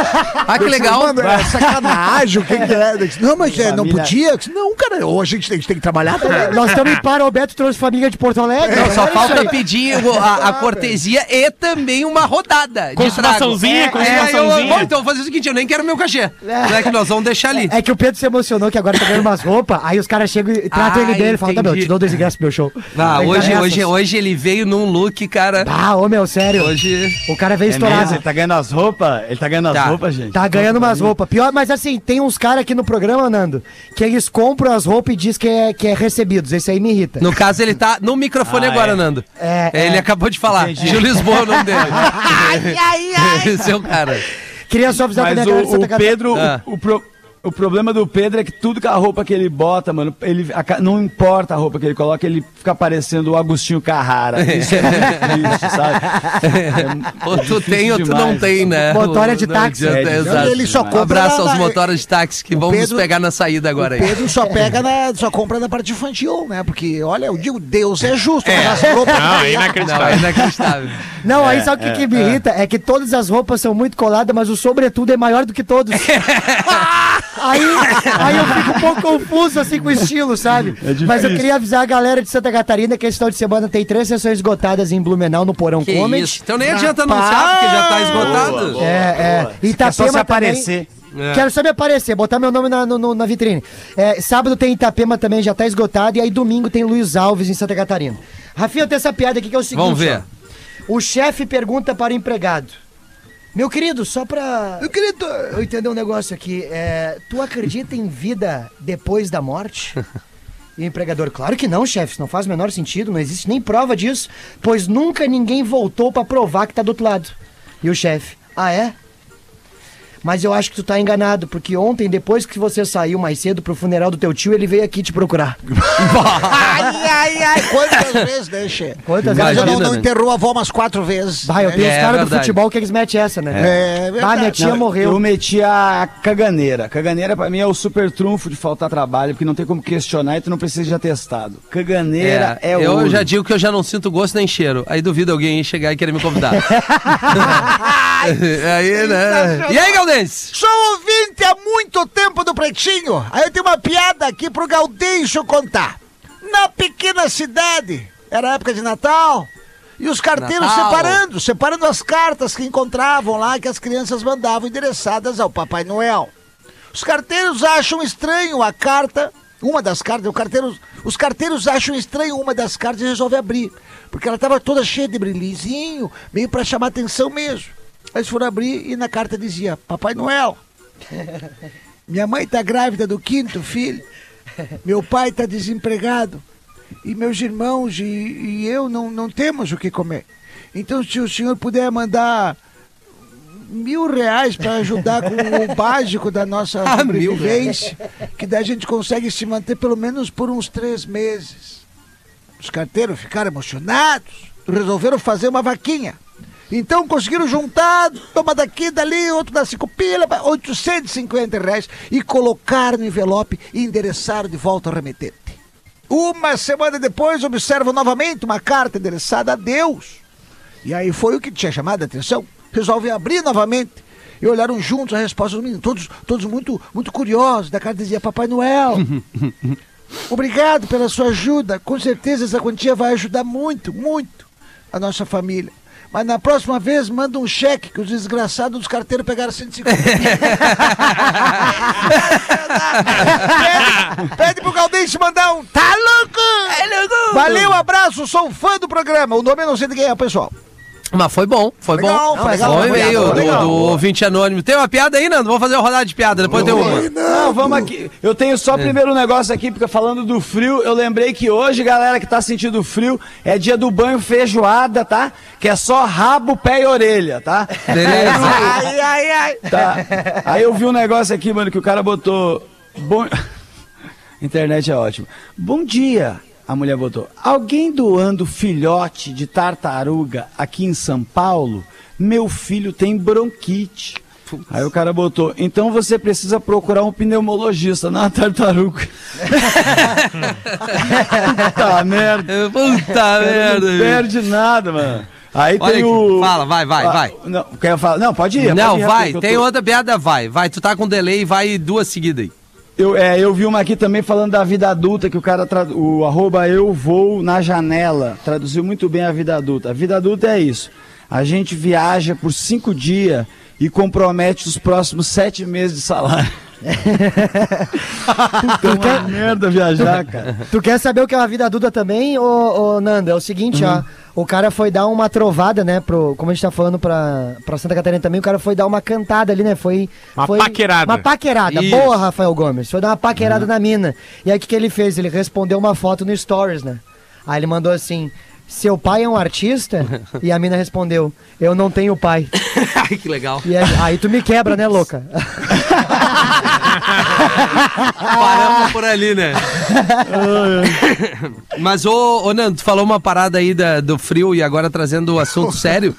Ah, que legal. Mano, é sacanagem, o que, que é? Eu disse, Não, mas é, não podia? Eu disse, Não, cara, ou a gente tem, a gente tem que trabalhar também. nós estamos em Para, o Beto trouxe família de Porto Alegre. Não, só Olha isso falta aí. pedir o- a, a cortesia e também uma rodada de Consumaçãozinha, trago. É, é, eu- consumaçãozinha. bom, então eu vou fazer o seguinte, eu nem quero meu cachê. Não é que nós vamos deixar ali. É que o Pedro se emocionou que agora tá ganhando umas roupas, aí os caras chegam e tratam Ah, ele dele e falam, tá, meu, eu entendi. te dou dois ingressos pro meu show. Ah, Aí tá hoje, nessas. hoje, hoje ele veio num look, cara. Ah, ô meu, sério. Hoje. O cara veio É mesmo? estourado. Ele tá ganhando as roupas? Ele tá ganhando as Tá. roupas, gente? Tá ganhando umas roupas. Pior, mas assim, tem uns caras aqui no programa, Nando, que eles compram as roupas e diz que é, que é recebidos. Esse aí me irrita. No caso, ele tá no microfone Ah, agora, é. Nando. É, ele é. acabou de falar. Entendi. Gil Lisboa é o nome dele. Esse é o cara. Queria só avisar também Mas a galera de o, Santa o Catarina. Pedro, o- Ah. o, pro- o problema do Pedro é que tudo que a roupa que ele bota, mano, ele aca- não importa a roupa que ele coloca, ele fica parecendo o Agostinho Carrara. Isso é muito triste, sabe? É Ou tu difícil tem ou tu não demais. tem, né? Motora O- de não táxi. adianta, É, exato. ele só compra Um abraço lá aos na- motoras de táxi que vão Pedro- nos pegar na saída agora aí. Pedro só pega na. só compra na parte infantil, né? Porque, olha, eu digo, Deus é justo, mas as roupas. Não, é Não, é inacreditável. inacreditável. Não, aí sabe o que, que me irrita? É que todas as roupas são muito coladas, mas o sobretudo é maior do que todos. aí, aí eu fico um pouco confuso assim com o estilo, sabe? difícil. mas eu queria avisar a galera de Santa Catarina que esse final de semana tem três sessões esgotadas em Blumenau no Porão Que Comedy. isso. Então nem adianta anunciar, porque já tá esgotado. Boa, boa. É, é. É só Itapema se também. aparecer. É. Quero só me aparecer, botar meu nome na, no- no- na vitrine. É, sábado tem Itapema também, já tá esgotado. E aí domingo tem Luiz Alves em Santa Catarina. Rafinha, tem essa piada aqui que é o seguinte. Vamos ver. ó. O chefe pergunta para o empregado. Meu querido, só pra... Meu querido! Eu entender um negócio aqui. é, tu acredita em vida depois da morte? E o empregador, claro que não, chefe, isso não faz o menor sentido, não existe nem prova disso, pois nunca ninguém voltou pra provar que tá do outro lado. E o chefe, ah é? Mas eu acho que tu tá enganado, porque ontem, depois que você saiu mais cedo pro funeral do teu tio, ele veio aqui te procurar. Ai, ai, ai. Quantas vezes, né, Che? Quantas Mas eu vezes? não, Imagina, não né? enterrou a avó umas quatro vezes. Vai, eu tenho É, os caras do verdade. futebol que eles metem essa, né? É, é ah, minha verdade. tia Não, morreu. Eu meti a caganeira. Caganeira pra mim é o super trunfo de faltar trabalho, porque não tem como questionar e tu não precisa de atestado. Caganeira é, o. eu já digo que eu já não sinto gosto nem cheiro. Aí duvido alguém chegar e querer me convidar. aí, Tá né? E aí, Galdense? Sou ouvinte há muito tempo do Pretinho. Aí eu tenho uma piada aqui pro Gaudêncio contar. Na pequena cidade, era época de Natal, e os carteiros Natal. separando, separando as cartas que encontravam lá, que as crianças mandavam endereçadas ao Papai Noel. Os carteiros acham estranho a carta, uma das cartas, o carteiro, os carteiros acham estranho uma das cartas e resolvem abrir. Porque ela estava toda cheia de brilhinho, meio para chamar atenção mesmo. Aí Eles foram abrir e na carta dizia, Papai Noel, minha mãe está grávida do quinto filho, meu pai está desempregado e meus irmãos e, e eu não, não temos o que comer. Então se o senhor puder mandar mil reais para ajudar com o básico da nossa Ah, mil sobrevivência, que daí a gente consegue se manter pelo menos por uns três meses. Os carteiros ficaram emocionados, resolveram fazer uma vaquinha. Então conseguiram juntar, toma daqui, dali, outro da cinco pila, 850 reais e colocaram no envelope e endereçaram de volta ao remetente. Uma semana depois, observam novamente uma carta endereçada a Deus. E aí foi o que tinha chamado a atenção. Resolvem abrir novamente. E olharam juntos a resposta dos meninos, todos, todos muito, muito curiosos. Da carta dizia Papai Noel. Obrigado pela sua ajuda. Com certeza essa quantia vai ajudar muito, muito a nossa família. Mas na próxima vez manda um cheque que os desgraçados dos carteiros pegaram 150. pede, pede pro Galdense mandar um. Tá louco? Valeu, abraço, sou um fã do programa. O nome eu não sei de quem é, pessoal. Mas foi bom, foi Legal, bom. foi legal, bom foi e-mail legal, do, legal. do ouvinte anônimo. Tem uma piada aí, Nando? Vou fazer uma rodada de piada, depois tem uma. Não, vamos aqui. Eu tenho só É. primeiro um negócio aqui, porque falando do frio, eu lembrei que hoje, galera que tá sentindo frio, é dia do banho feijoada, tá? Que é só rabo, pé e orelha, tá? Beleza. Ai, ai, ai. Tá. Aí eu vi um negócio aqui, mano, que o cara botou. Bom... Internet é ótimo. Bom dia, a mulher botou. Alguém doando filhote de tartaruga aqui em São Paulo? Meu filho tem bronquite. Aí o cara botou, então você precisa procurar um pneumologista, não uma tartaruga. Puta merda. Puta Tá merda. Não bicho. perde nada, mano. Aí Olha tem aqui. o. Fala, vai, vai, Ah, vai. Não, quer falar? Não, pode ir. Não, pode ir, vai. que eu Tem tô- outra piada, vai. Vai, tu tá com delay, vai duas seguidas aí. Eu, é, eu vi uma aqui também falando da vida adulta, que o cara, tra- o arroba eu vou na janela, traduziu muito bem a vida adulta. A vida adulta é isso, a gente viaja por cinco dias e compromete os próximos sete meses de salário. Puta, é uma merda viajar, cara. Tu quer saber o que é uma vida adulta também, ô, ô Nanda? É o seguinte, ó. O cara foi dar uma trovada, né? Pro, como a gente tá falando pra, pra Santa Catarina também, o cara foi dar uma cantada ali, né? Foi. Uma foi- paquerada. Uhum. Uma paquerada. Isso. Boa, Rafael Gomes. Foi dar uma paquerada na mina. E aí o que, que ele fez? Ele respondeu uma foto no Stories, né? Aí ele mandou assim. Seu pai é um artista? E a mina respondeu: Eu não tenho pai. Ai, que legal. E aí, aí tu me quebra, né, louca? Paramos por ali, né? Mas, ô, ô Nando, tu falou uma parada aí da- do frio e agora trazendo o assunto sério.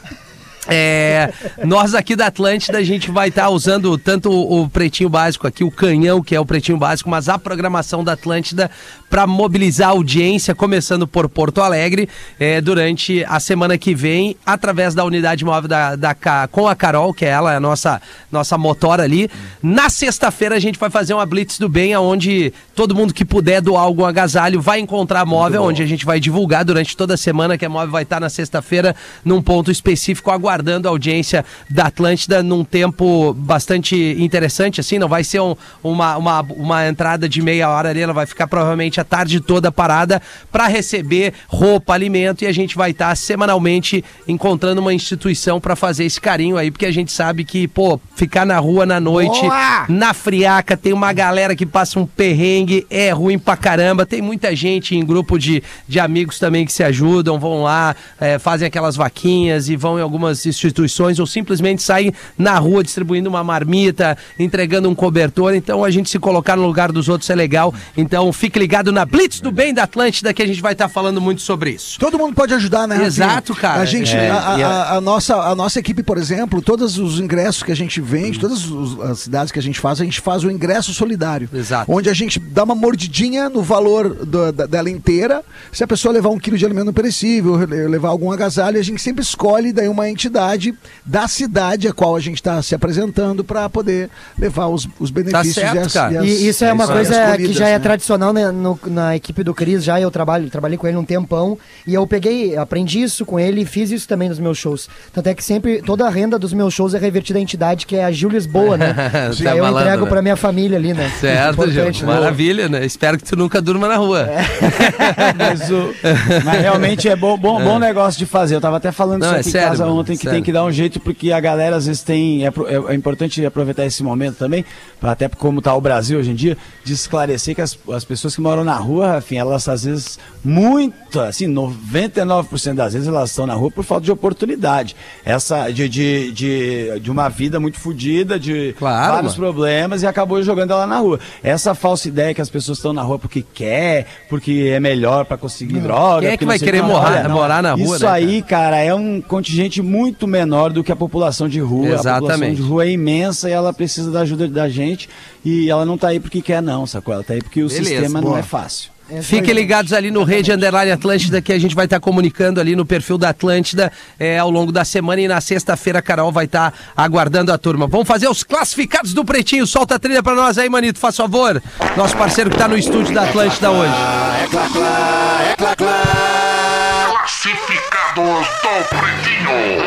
É, nós aqui da Atlântida, a gente vai estar usando tanto o, o Pretinho Básico aqui, o Canhão, que é o Pretinho Básico, mas a programação da Atlântida para mobilizar a audiência, começando por Porto Alegre, é, durante a semana que vem, através da unidade móvel da, da Ca- com a Carol, que é ela, a nossa, nossa motora ali. Na sexta-feira, a gente vai fazer uma Blitz do Bem, onde todo mundo que puder doar algum agasalho vai encontrar móvel, onde a gente vai divulgar durante toda a semana, que a móvel vai estar na sexta-feira, num ponto específico, aguardando aguardando a audiência da Atlântida num tempo bastante interessante, assim, não vai ser um- uma, uma, uma entrada de meia hora ali, ela vai ficar provavelmente a tarde toda parada para receber roupa, alimento e a gente vai estar semanalmente encontrando uma instituição para fazer esse carinho aí, porque a gente sabe que, pô, ficar na rua na noite, Boa! na friaca, tem uma galera que passa um perrengue, é ruim pra caramba. Tem muita gente em grupo de, de amigos também que se ajudam, vão lá, eh, fazem aquelas vaquinhas e vão em algumas instituições ou simplesmente saem na rua distribuindo uma marmita, entregando um cobertor. Então a gente se colocar no lugar dos outros é legal. Então fique ligado na Blitz do Bem da Atlântida que a gente vai estar falando muito sobre isso. Todo mundo pode ajudar, né? Rafinha? Exato, cara. A gente, É, a, a- e a- a- a nossa, a nossa equipe, por exemplo, todos os ingressos que a gente vende, todas os- as cidades que a gente faz, a gente faz o ingresso solidário. Exato. Onde a gente dá uma mordidinha no valor do- da- dela inteira. Se a pessoa levar um quilo de alimento não perecível, le- levar algum agasalho, a gente sempre escolhe daí uma entidade da cidade a qual a gente está se apresentando para poder levar os, os benefícios. Tá certo, e as- cara. e as- E isso é e uma as coisa que comidas, já é né? tradicional né, no- na equipe do Cris, já eu trabalho, trabalhei com ele um tempão, e eu peguei, aprendi isso com ele e fiz isso também nos meus shows. Tanto é que sempre, toda a renda dos meus shows é revertida à entidade, que é a Gil Lisboa, né? Você Daí é eu malandro, entrego né? pra minha família ali, né? Certo, Importante, Gil. né? É, Maravilha, né? Espero que tu nunca durma na rua. Mas, o- mas realmente é bom, bom, bom negócio de fazer. Eu tava até falando Não, isso é aqui sério, em casa mano, ontem, que sério. tem que dar um jeito, porque a galera às vezes tem. É, pro- é- é importante aproveitar esse momento também, pra- até como tá o Brasil hoje em dia, de esclarecer que as, as pessoas que moram na rua, enfim, elas às vezes, muito, assim, 99% das vezes elas estão na rua por falta de oportunidade. Essa de, de, de, de uma vida muito fodida, de Claro, vários mano. problemas e acabou jogando ela na rua. Essa falsa ideia que as pessoas estão na rua porque quer, porque é melhor pra conseguir droga. Quem é que porque não vai sei o querer lá. morar- Olha, não, morar na rua, Isso né, aí, cara, é um contingente muito menor do que a população de rua. A população Exatamente. de rua é imensa e ela precisa da ajuda da gente e ela não tá aí porque quer não, sacou? Ela tá aí porque o Beleza, sistema não boa. é fácil. Fiquem ligados ali no Rede Underline Atlântida, que a gente vai estar comunicando ali no perfil da Atlântida eh, ao longo da semana. E na sexta-feira a Carol vai estar aguardando a turma. Vamos fazer os classificados do Pretinho. Solta a trilha pra nós aí, Manito, faz favor. Nosso parceiro que tá no estúdio da Atlântida hoje.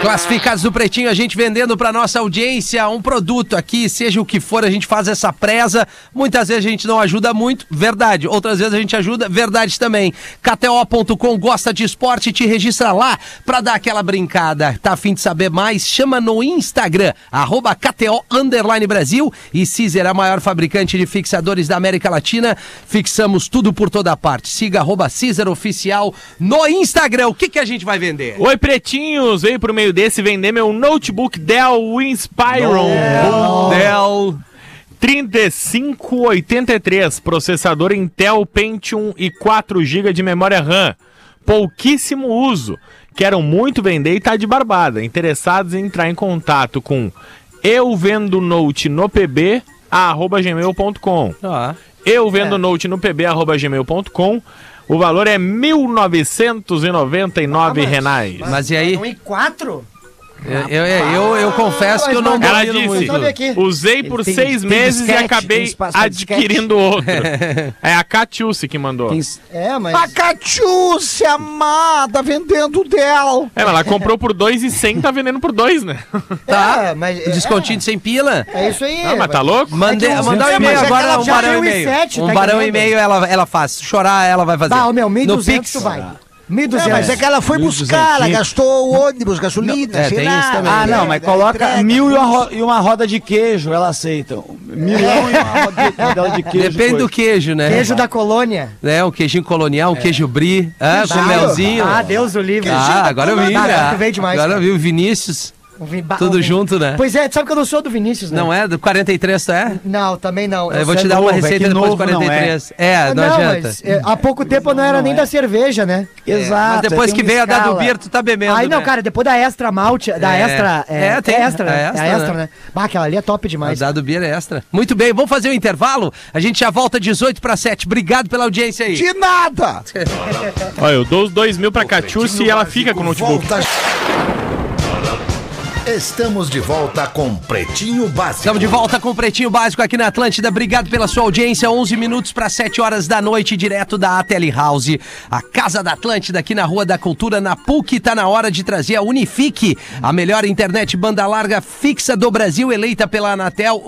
Classificados do Pretinho, a gente vendendo para nossa audiência um produto aqui, seja o que for, a gente faz essa presa. Muitas vezes a gente não ajuda muito, verdade. Outras vezes a gente ajuda, verdade também. KTO.com gosta de esporte, te registra lá para dar aquela brincada. Tá afim de saber mais? Chama no Instagram, arroba KTO Underline Brasil e Cizer, a maior fabricante de fixadores da América Latina. Fixamos tudo por toda parte. Siga arroba Cizer Oficial no Instagram. O que, que a gente vai vender? Oi, pretinhos! Veio pro meio desse vender meu notebook Dell Inspiron. Del. 3583, processador Intel Pentium e 4 GB de memória RAM. Pouquíssimo uso. Quero muito vender e tá de barbada. Interessados em entrar em contato com eu vendo note no pb arroba gmail.com. Ah. Eu vendo note no pb arroba gmail.com. O valor é R$ 1.999 reais. Mas e aí? Um e quatro? Eu, eu, eu, eu confesso que eu não Ela domino disse, Ah, Sabe aqui. usei por Ele tem- seis tem meses e disquete, tem acabei espaço pra disquete. adquirindo outro. é a Catiúce que mandou. Tem- É, mas... A Catiúcia amada vendendo o Dell. É, mas ela comprou por dois e cem, tá vendendo por dois, né? Tá, mas... isso. Um Descontinho sem pila? É, é isso aí. Ah, mas tá louco? Mande, É que uns mandar um é, e-mail mas é que agora, ela um já barão tem e um meio. sete, Um tá barão e entendendo? meio ela, ela faz. Se Chorar ela vai fazer. Bah, ô, Ah, meu, no 1.200 Pix. tu vai. 1.200. É, mas é que ela foi 1200. buscar, ela gastou o ônibus, gasolina, Não, é, sei tem lá. isso também. né? Ah, não, mas coloca mil e uma, ro- e uma roda de queijo, ela aceita. Milão e uma roda de, rodela de queijo. Depende do queijo, né? Queijo da colônia. É, um queijinho colonial, um queijo brie, ah, com melzinho. Ah, Deus o livre. Ah, agora eu vi, Ah, né? agora tu veio demais, Agora eu cara. vi o Vinícius. Um vi- ba- Tudo um- junto, né? Pois é, tu sabe que eu não sou do Vinícius, né? Não é? Do 43, tu é? Não, também não. Eu vou sou te dar novo. uma novo, é receita que depois do novo não é. 43. É, não Ah, adianta. mas, é, há pouco tempo eu não era nem da cerveja, né? Exato. Mas depois tem que uma veio a da do escala. Beer, tu tá bebendo. Aí não, né? cara, depois da extra malte, da É. extra. É, É, tem, é extra, a né? É extra, a extra, né? né? Bah, aquela ali é top demais. Dado Beer é extra. Muito bem, vamos fazer o intervalo? A gente já volta 18 para 7. Obrigado pela audiência aí. De nada! Olha, eu dou os dois mil pra Catiúce e ela fica com o notebook. Volta. Estamos de volta com Pretinho Básico. Estamos de volta com o Pretinho Básico aqui na Atlântida. Obrigado pela sua audiência. 11 minutos para 7 horas da noite, direto da Ateli House, a casa da Atlântida, aqui na Rua da Cultura, na PUC. Está na hora de trazer a Unifique, a melhor internet banda larga fixa do Brasil, eleita pela Anatel,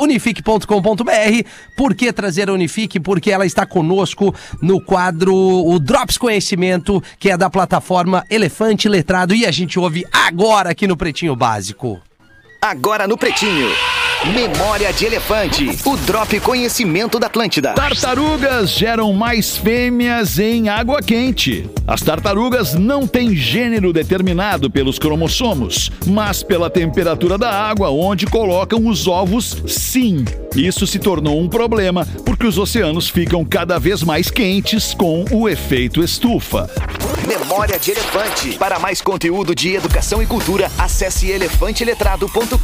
unifique.com.br. Por que trazer a Unifique? Porque ela está conosco no quadro O Drops Conhecimento, que é da plataforma Elefante Letrado. E a gente ouve agora aqui no Pretinho Básico. Agora no Pretinho. Memória de Elefante. O Drop Conhecimento da Atlântida. Tartarugas geram mais fêmeas em água quente. As tartarugas não têm gênero determinado pelos cromossomos, mas pela temperatura da água onde colocam os ovos, sim. Isso se tornou um problema porque os oceanos ficam cada vez mais quentes com o efeito estufa. Memória de Elefante. Para mais conteúdo de educação e cultura, acesse elefanteletrado.com.br.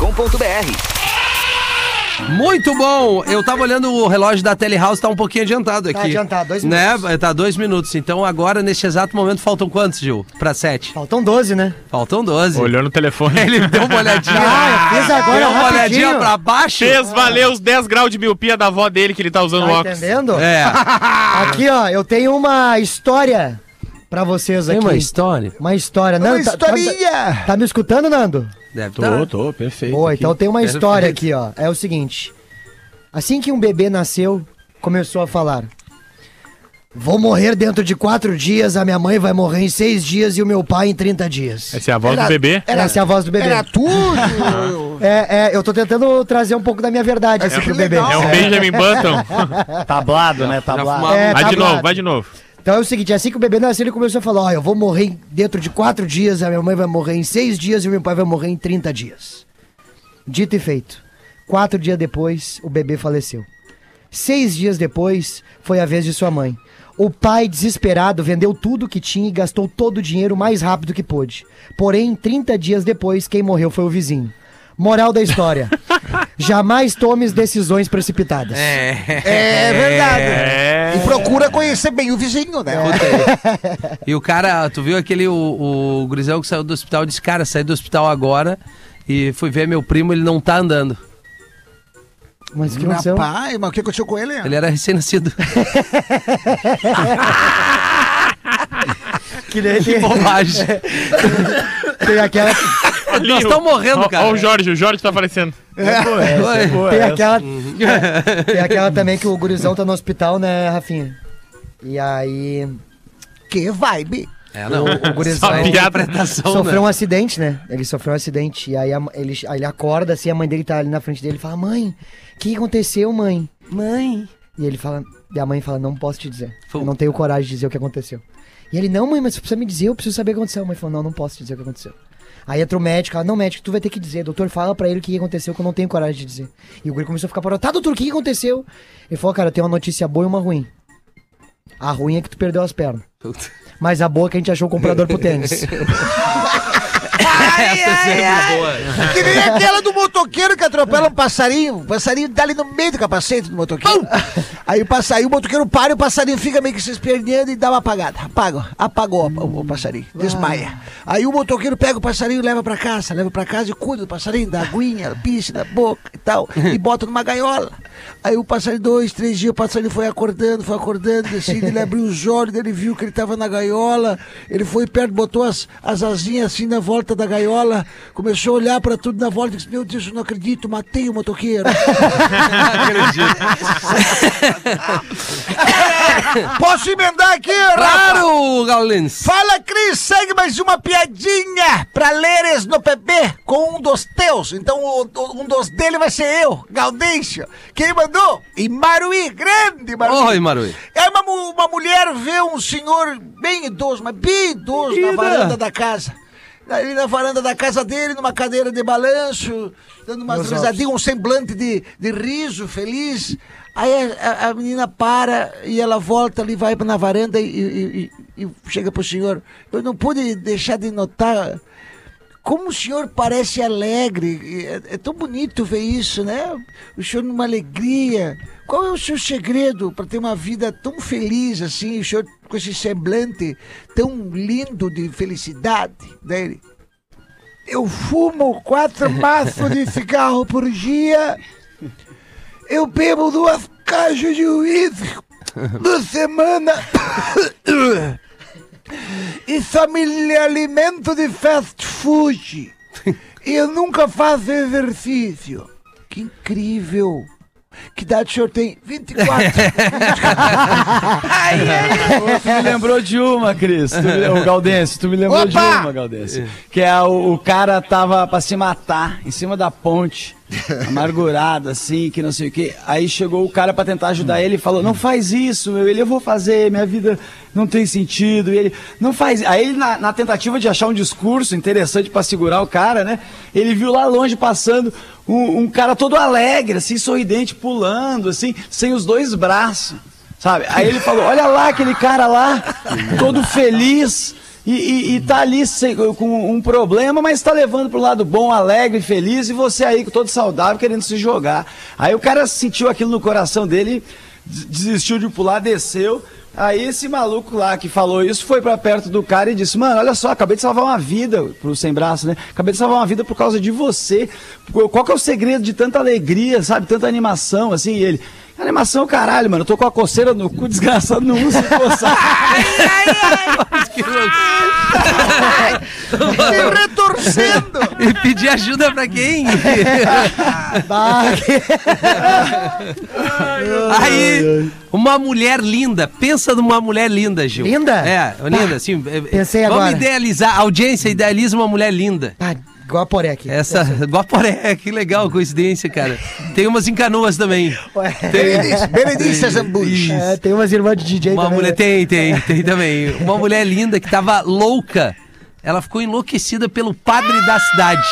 Muito bom! Eu tava olhando o relógio da Telehouse, tá um pouquinho adiantado aqui. Tá adiantado, dois Né? Tá dois minutos. Então agora, nesse exato momento, faltam quantos, Gil? Pra sete? Faltam 12, né? Faltam doze. Olhou no telefone. Ele deu uma olhadinha. Ah, eu fiz agora deu uma rapidinho. olhadinha pra baixo. Fez valer os 10 graus de miopia da avó dele que ele tá usando Tá óculos. entendendo? É. Aqui, ó, eu tenho uma história pra vocês aqui. história? Uma história, Nando. Uma tá- tá- historinha! Tá, me escutando, Nando? Deve tá. tô, perfeito. Boa, então tem uma Perfeito. história aqui, ó. É o seguinte. Assim que um bebê nasceu, começou a falar. Vou morrer dentro de quatro dias, a minha mãe vai morrer em seis dias e o meu pai em 30 dias. Essa é a voz do bebê. Essa é a voz do bebê. Era tudo! É, é, eu tô tentando trazer um pouco da minha verdade aqui que pro bebê. legal. É um Benjamin Button. Tá Tablado, né? Tablado. fumava. É, Vai de tablado. novo, vai de novo. Então é o seguinte, assim que o bebê nasceu, ele começou a falar, ó, eu vou morrer dentro de quatro dias, a minha mãe vai morrer em seis dias e o meu pai vai morrer em 30 dias. Dito e feito. Quatro dias depois, o bebê faleceu. Seis dias depois, foi a vez de sua mãe. O pai, desesperado, vendeu tudo que tinha e gastou todo o dinheiro o mais rápido que pôde. Porém, 30 dias depois, quem morreu foi o vizinho. Moral da história. Jamais tomes decisões precipitadas. É verdade. É. E procura conhecer bem o vizinho, né? É, E o cara, tu viu aquele, o, o gurizão que saiu do hospital, disse, cara, saí do hospital agora e fui ver meu primo, ele não tá andando. Mas o que aconteceu? Rapaz, mas o que aconteceu com ele? Ah. Ele era recém-nascido. Que nem- Que bobagem. tem aquela, Nós estamos morrendo, cara. Olha o Jorge, o Jorge tá aparecendo. É. Oi. tem aquela Tem aquela também que o gurizão tá no hospital, né, Rafinha? E aí. Que vibe! É, não. O, o gurizão Só piada. interpretação, né? sofreu um acidente, né? Ele sofreu um acidente. E aí a- ele, aí ele acorda, assim, a mãe dele tá ali na frente dele e fala: Mãe, o que aconteceu, mãe? Mãe. E ele fala. E a mãe fala: Não posso te dizer. Eu não tenho coragem de dizer o que aconteceu. E ele: Não, mãe, mas você precisa me dizer, eu preciso saber o que aconteceu. A mãe falou: Não, não posso te dizer o que aconteceu. Aí entra o médico, ela, não, médico, tu vai ter que dizer. Doutor, fala pra ele o que aconteceu, que eu não tenho coragem de dizer. E o guri começou a ficar parado, tá, doutor, o que aconteceu? Ele falou, cara, eu tenho uma notícia boa e uma ruim. A ruim é que tu perdeu as pernas. Mas a boa é que a gente achou o comprador pro tênis. Essa é sempre boa. Que nem aquela do motoqueiro que atropela um passarinho. O passarinho dá ali no meio do capacete do motoqueiro. Aí o, passa, aí o motoqueiro para e o passarinho fica meio que se esperneando e dá uma apagada. Apaga, apagou o, o- o passarinho, desmaia. Aí o motoqueiro pega o passarinho e leva pra casa, leva pra casa e cuida do passarinho, da aguinha, piste, da boca e tal, e bota numa gaiola. Aí o passarinho, dois, três dias, o passarinho foi acordando, foi acordando, assim, ele abriu os olhos, ele viu que ele tava na gaiola, ele foi perto, botou as, as asinhas assim na volta da gaiola, começou a olhar pra tudo na volta e disse, meu Deus, eu não acredito, matei o motoqueiro. Posso emendar aqui, Rafa? Claro, Gaulins. Fala, Cris, segue mais uma piadinha pra leres no PB com um dos teus. Então, o- o- um dos dele vai ser eu, Gaudêncio. Quem mandou? E Maruí, grande Maruí. Oi, Maruí. É uma, mu- uma mulher vê um senhor bem idoso, mas bem idoso, na varanda da casa. Ali na varanda da casa dele, numa cadeira de balanço, dando umas risadinhas, um semblante de, de riso feliz. Aí a, a- a menina para e ela volta ali, vai na varanda e, e- e- e chega pro senhor. Eu não pude deixar de notar como o senhor parece alegre. É, é tão bonito ver isso, né? O senhor numa alegria. Qual é o seu segredo para ter uma vida tão feliz assim? O senhor né? com esse semblante tão lindo de felicidade dele? Eu fumo quatro maços de cigarro por dia. Eu bebo duas caixas de uísque por semana. E só me alimento de fast food. E eu nunca faço exercício. Que incrível. Que idade o senhor tem? 24. Ô, tu me lembrou de uma, Cris. Tu me- Ô, Gaudense, tu me lembrou de Opa! uma, Gaudense. Que é o, o cara tava pra se matar em cima da ponte, amargurado, assim, que não sei o quê. Aí chegou o cara pra tentar ajudar ele e falou: Não faz isso, meu. Ele, eu vou fazer, minha vida não tem sentido. E ele, não faz. Aí ele, na, na tentativa de achar um discurso interessante pra segurar o cara, né? Ele viu lá longe passando. Um, um cara todo alegre, assim, sorridente, pulando, assim, sem os dois braços. Sabe? Aí ele falou: olha lá aquele cara lá, todo feliz. E, e- e tá ali sem- com um problema, mas tá levando pro lado bom, alegre, feliz, e você aí todo saudável, querendo se jogar. Aí o cara sentiu aquilo no coração dele, des- desistiu de pular, desceu. Aí esse maluco lá que falou isso foi pra perto do cara e disse: Mano, olha só, acabei de salvar uma vida pro sem braço, né? Acabei de salvar uma vida por causa de você. Qual que é o segredo de tanta alegria, sabe? Tanta animação, assim, e ele. Animação, caralho, mano. Eu tô com a coceira no cu, desgraçado, não uso coçar. Me retorcendo. E pedir ajuda pra quem? Aí, uma mulher linda. Pensa numa mulher linda, Gil. Linda? É, linda, sim. pensei Vamos agora. idealizar. A audiência idealiza uma mulher linda. Ah, Guaporec. Essa, Guaporé, que legal, coincidência, cara. Tem umas em canoas também. Berenice, Berenice Zambuchi. É, tem umas irmãs de DJ Uma também, mulher, né? tem, tem, tem também. Uma mulher linda que tava louca. Ela ficou enlouquecida pelo padre da cidade.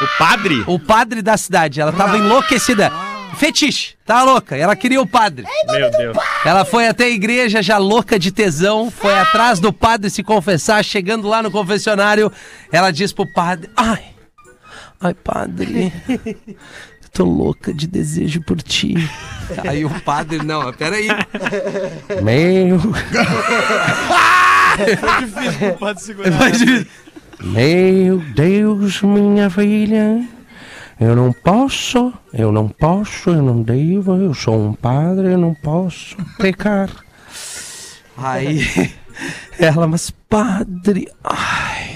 O padre? O padre da cidade. Ela Ah. tava enlouquecida. Fetiche, tá louca. Ela queria o padre. Meu Deus. Ela foi até a igreja já louca de tesão, foi atrás do padre se confessar, chegando lá no confessionário, ela diz pro padre: "Ai, ai padre, eu tô louca de desejo por ti". Aí o padre: "Não, peraí. Meu, Foi É difícil pro padre É segurar. Meu Deus, minha filha. Eu não posso, eu não posso, eu não devo, eu sou um padre, eu não posso pecar. Aí ela, mas padre, ai,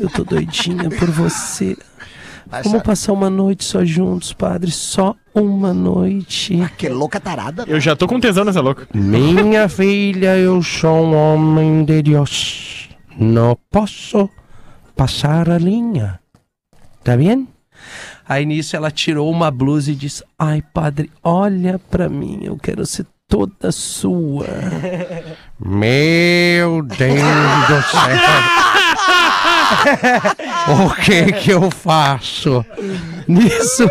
eu tô doidinha por você. Vamos passar uma noite só juntos, padre, só uma noite. Ah, que louca tarada. Eu já tô com tesão nessa louca. Minha filha, eu sou um homem de Deus. Não posso passar a linha. Tá bem? Aí nisso ela tirou uma blusa e disse: Ai, padre, olha pra mim, eu quero ser toda sua. Meu Deus do céu. O que que eu faço? Nisso,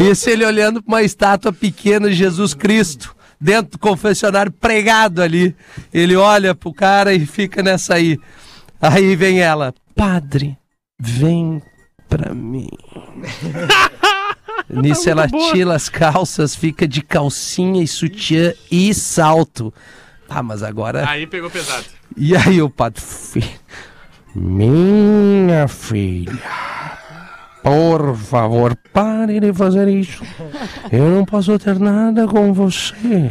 isso ele olhando pra uma estátua pequena de Jesus Cristo, dentro do confessionário pregado ali. Ele olha pro cara e fica nessa aí. Aí vem ela: Padre, vem pra mim. Nisso ela tira as calças, fica de calcinha e sutiã e salto. Ah, mas agora. Aí pegou pesado. E aí o padre. "Fi- Minha filha, por favor, pare de fazer isso. Eu não posso ter nada com você.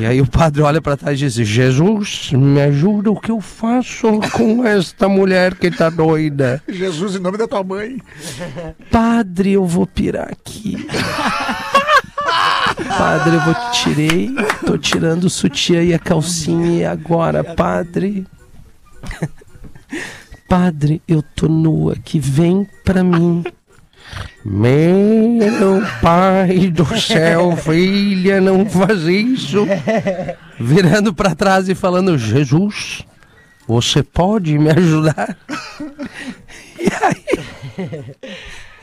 E aí o padre olha pra trás e diz: Jesus, Me ajuda o que eu faço com esta mulher que tá doida. Jesus, em nome da tua mãe. Padre, eu vou pirar aqui. Padre, eu vou tirei, tô tirando o sutiã e a calcinha e agora, padre. Padre, eu tô nua aqui, vem pra mim. Meu pai do céu, filha, não faz isso. Virando pra trás e falando: Jesus, você pode me ajudar?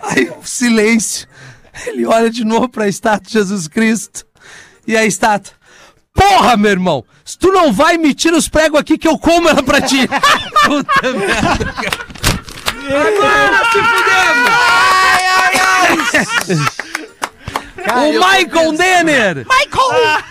Aí, o silêncio. Ele olha de novo pra estátua de Jesus Cristo. E a estátua. Porra, meu irmão! Se tu não vai, me tira os pregos aqui que eu como ela pra ti! Puta merda! Agora se fudemos! o Michael Denner! Michael!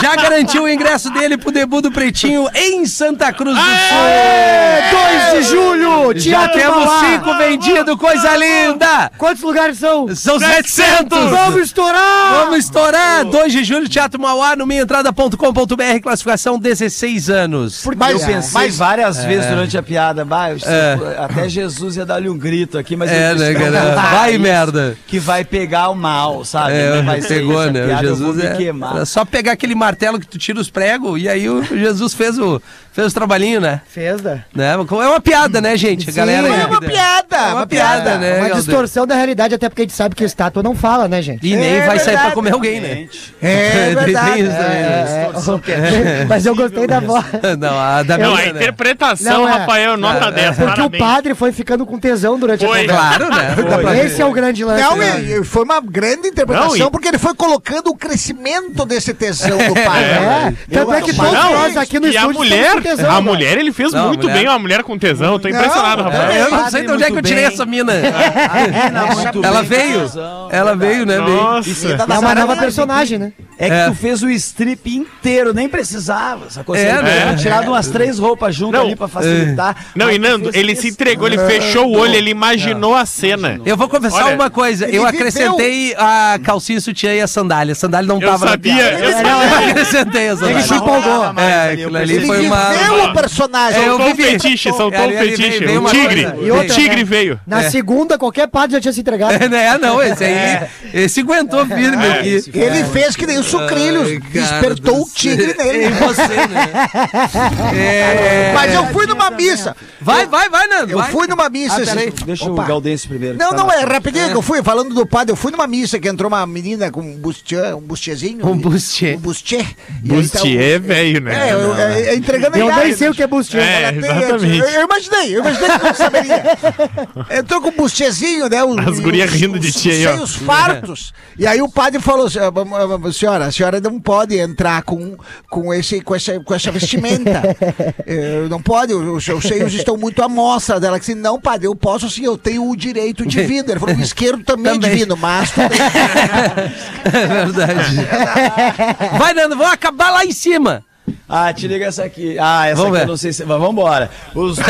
Já garantiu o ingresso dele pro debut do Pretinho em Santa Cruz do Sul. 2 de julho, Já Teatro temos Mauá. cinco vendidos, coisa linda! Quantos lugares são? São 700! Vamos estourar! Vamos estourar! 2 de julho, Teatro Mauá, no minhaentrada.com.br, classificação 16 anos. Mas, eu pensei várias vezes É. durante a piada, bah, eu sei, É. pô, até Jesus ia dar-lhe um grito aqui, mas É, eu né, disse, não, cara? não, Vai, isso merda. Que vai pegar o mal, sabe? É, Não vai ser pegou, isso, a né? O piada, eu vou Jesus me é, queimar. era só pegar aquele martelo que tu tira os pregos e aí o Jesus fez o, fez o trabalhinho, né? Fez, né? né? É uma piada, né, gente? A galera aí é uma que- piada! É uma, piada, né? Uma Galdeiro? distorção da realidade, até porque a gente sabe que estátua não fala, né, gente? E nem vai sair pra comer alguém, né? É Tem- verdade. tem isso também, né? É, é. Mas eu gostei da voz. Não, a da Não, é a menina, né? interpretação, Não, é. Rafael, nota É, 10. Porque o parabéns. padre foi ficando com tesão durante Foi. a conversa. Claro, né? Dá pra ver. Esse é o grande lance. Não, né? e- e foi uma grande interpretação, Não, e- porque ele foi colocando o crescimento desse tesão do pai. É. É. Tanto é que todos Não, nós aqui no e estúdio a mulher, estamos com tesão, a cara. mulher ele fez Não, a muito mulher- bem, a mulher com tesão. Eu tô impressionado, Não, Rafael. Eu não sei de onde é que eu tirei essa mina. Ela veio. Ela veio, né? veio. Nossa. tá É uma nova personagem, né? É que É. tu fez o strip inteiro, nem precisava. Sacou? É, Você né? tinha É. tirado umas três roupas juntas Não. ali pra facilitar. Não, Mas e tu Nando, fez ele isso. né? É. se entregou, ele fechou o olho, ele imaginou a cena. Eu vou confessar Olha, uma coisa, eu ele viveu- acrescentei a calcinha, sutiã e a sandália. A sandália não Eu tava sabia, na piada. eu sabia. Eu acrescentei a sandália. Ele se empolgou. É, aquilo ali Ele foi uma... viveu o personagem. É, eu Soltou o vivi. fetiche, soltou Ali, o ali fetiche. veio O uma tigre. coisa. E O outra, tigre né? veio. Na É. segunda, qualquer padre já tinha se entregado. É, né? não, esse aí, esse aguentou firme É, aqui. Ele fez que nem o sucrilhos, Ai, cara despertou do o tigre céu. nele. Em você, É. Mas eu fui numa missa. Vai, vai, vai, Nando. Eu vai. fui numa missa. Ah, peraí. esses- Deixa Opa. o Galdense primeiro. Não, tá não, lá. é rapidinho que eu fui, falando do padre, eu fui numa missa que entrou uma menina com um bustiã, um bustiezinho. Um bustiê. Um bustiê. E aí tá o- Bustier veio, né? É, eu- é, é entregando a Eu idade, nem sei né? o que é bustier. É, Ela tem- exatamente. Eu, eu imaginei, eu imaginei que não saberia. Entrou com um bustezinho, né? os- As gurias os- rindo de os- ti aí, ó. Sem os fartos. E aí o padre falou assim, "Ah, vamos- ah, vamos, senhora, a senhora não pode entrar com, com, esse, com, essa, com essa vestimenta. Eh, não pode, os seus seios estão muito à mostra dela. Que não, padre, eu posso sim, eu tenho o direito divino. Ele falou, o esquerdo também, é Também. divino, mas... tu tem-" É verdade. Vai, Nando, vamos acabar lá em cima. Ah, te liga essa aqui. Ah, essa Vamos aqui ver. eu não sei se. Mas vambora. Os, o-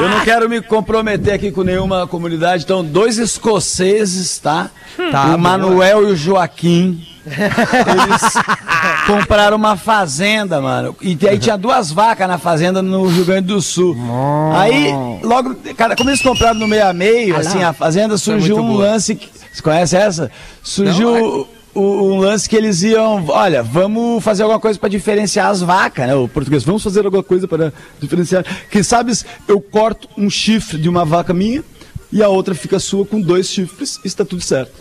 eu não quero me comprometer aqui com nenhuma comunidade. Então, dois escoceses, tá? Tá, boa. o Manuel e o Joaquim. Eles compraram uma fazenda, mano. E aí tinha duas vacas na fazenda no Rio Grande do Sul. Aí, logo, cara, como eles compraram no meio a meio, assim, a fazenda surgiu um lance. que- Você conhece essa? Surgiu o- um lance que eles iam. Olha, vamos fazer alguma coisa pra diferenciar as vacas, né? O português, vamos fazer alguma coisa para diferenciar. Quem sabe eu corto um chifre de uma vaca minha e a outra fica sua com dois chifres, está tudo certo.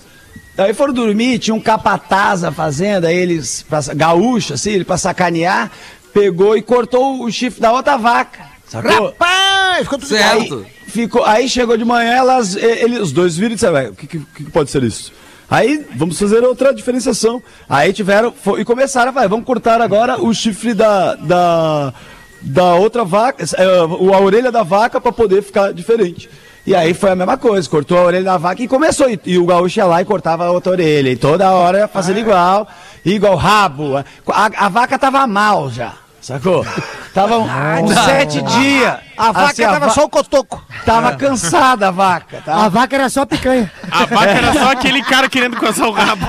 Aí foram dormir, tinha um capataz na fazenda, aí eles, pra, gaúcho, assim, ele pra sacanear, pegou e cortou o chifre da outra vaca. Sacou? Rapaz, ficou tudo Aí, ficou, aí chegou de manhã, elas, e- ele, os dois viram e disseram, "Ué, o que, que- que pode ser isso? Aí vamos fazer outra diferenciação. Aí tiveram fo- e começaram a falar, vamos cortar agora o chifre da, da, da outra vaca, eh, o- a orelha da vaca para poder ficar diferente. E aí foi a mesma coisa, cortou a orelha da vaca e começou. E, e o gaúcho ia lá e cortava a outra orelha. E toda hora fazendo igual, igual rabo. A, a- a vaca tava mal já, sacou? Tava uns sete dias. A vaca Assim, tava va- só o cotoco. Tava cansada né? a vaca, A tá? vaca era só picanha. A vaca era só aquele cara querendo coçar o rabo.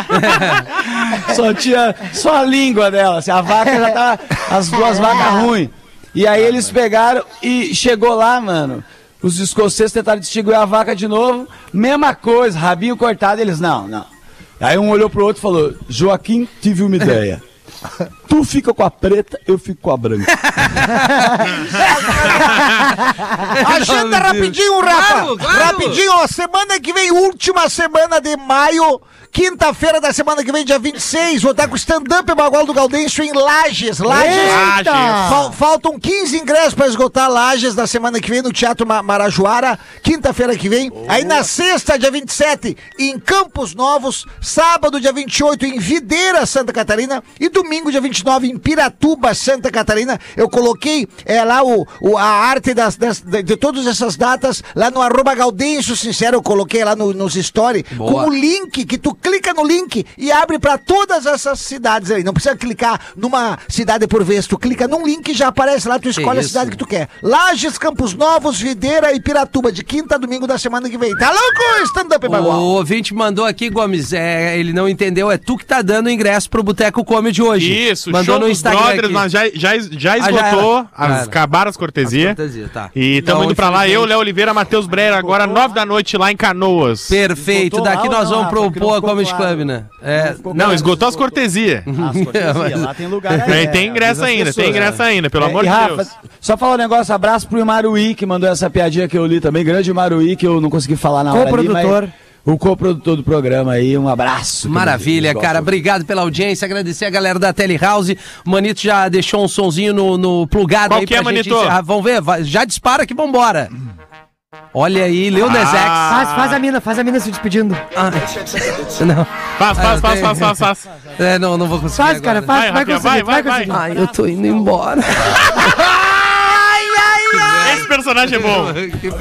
Só tinha só a língua dela, assim, a vaca já tava as duas vacas ruins. E aí eles pegaram e chegou lá, mano. Os escoceses tentaram distinguir a vaca de novo, mesma coisa, rabinho cortado, eles não, não. Aí um olhou pro outro e falou: "Joaquim, tive uma ideia. Tu fica com a preta, eu fico com a branca." Agenda rapidinho, Rafa. Claro, claro. Rapidinho, ó, semana que vem, última semana de maio, quinta-feira da semana que vem, dia 26, vou estar com o stand-up Bagual do Gaudêncio em Lages. Lages. Eita! Fal- faltam 15 ingressos para esgotar Lages da semana que vem no Teatro Ma- Marajoara, quinta-feira que Oh. vem. Aí na sexta, dia 27, em Campos Novos, sábado, dia 28, em Videira, Santa Catarina, e domingo, dia 29, em Piratuba, Santa Catarina. Eu coloquei é, lá o, o- a arte das, das- de, de todas essas datas lá no arroba Gaudêncio Sincero. Eu coloquei lá no- nos stories Boa. com o link, que tu clica no link e abre pra todas essas cidades aí. Não precisa clicar numa cidade por vez. Tu clica num link e já aparece lá, tu escolhe a isso? cidade que tu quer. Lages, Campos Novos, Videira e Piratuba, de quinta a domingo da semana que vem. Tá louco? Stand-up, O Bagual. ouvinte mandou aqui, Gomes, é, ele não entendeu, é tu que tá dando o ingresso pro Boteco Comedy hoje. Isso, mandou show no dos Instagram brothers, aqui. nós já, já, já Ah, já esgotou, era. as- Já era. acabaram as cortesias. As cortesias, tá. E estamos Então, indo pra lá, eu, infelizmente- Léo Oliveira, Matheus Breira, agora nove da noite lá em Canoas. Perfeito, daqui nós vamos pro um Poa Comedy Club, né? É, Não, esgotou as cortesias. Uhum. É, mas- assim, Lá tem lugar É, Tem- ainda. tem ingresso Avisa as ainda, tem ingresso né? ainda, pelo amor É, e de Rafa, Deus. Só falar um negócio, abraço pro Maruí, que mandou essa piadinha que eu li também. Grande Maruí, que eu não consegui falar na hora ali, mas Co-produtor. O co-produtor do programa aí, um abraço. Maravilha, Eles cara. gostam. Obrigado pela audiência. Agradecer a galera da Telehouse. O Manito já deixou um sonzinho no, no plugado Qual aí que é, gente Manito? encerrar. Vamos ver? Vai- já dispara que vambora. Olha aí, Lil Nas X. Ah. Faz, faz a mina, faz a mina se despedindo. Não. Faz, Ah, eu faz, faz, tenho- faz, faz, faz. É, não, não vou conseguir. Faz, Ah, cara, agora. faz, vai, Rafinha, conseguir, vai, vai, vai, conseguir. Ai, eu tô indo embora. Esse personagem é bom. Que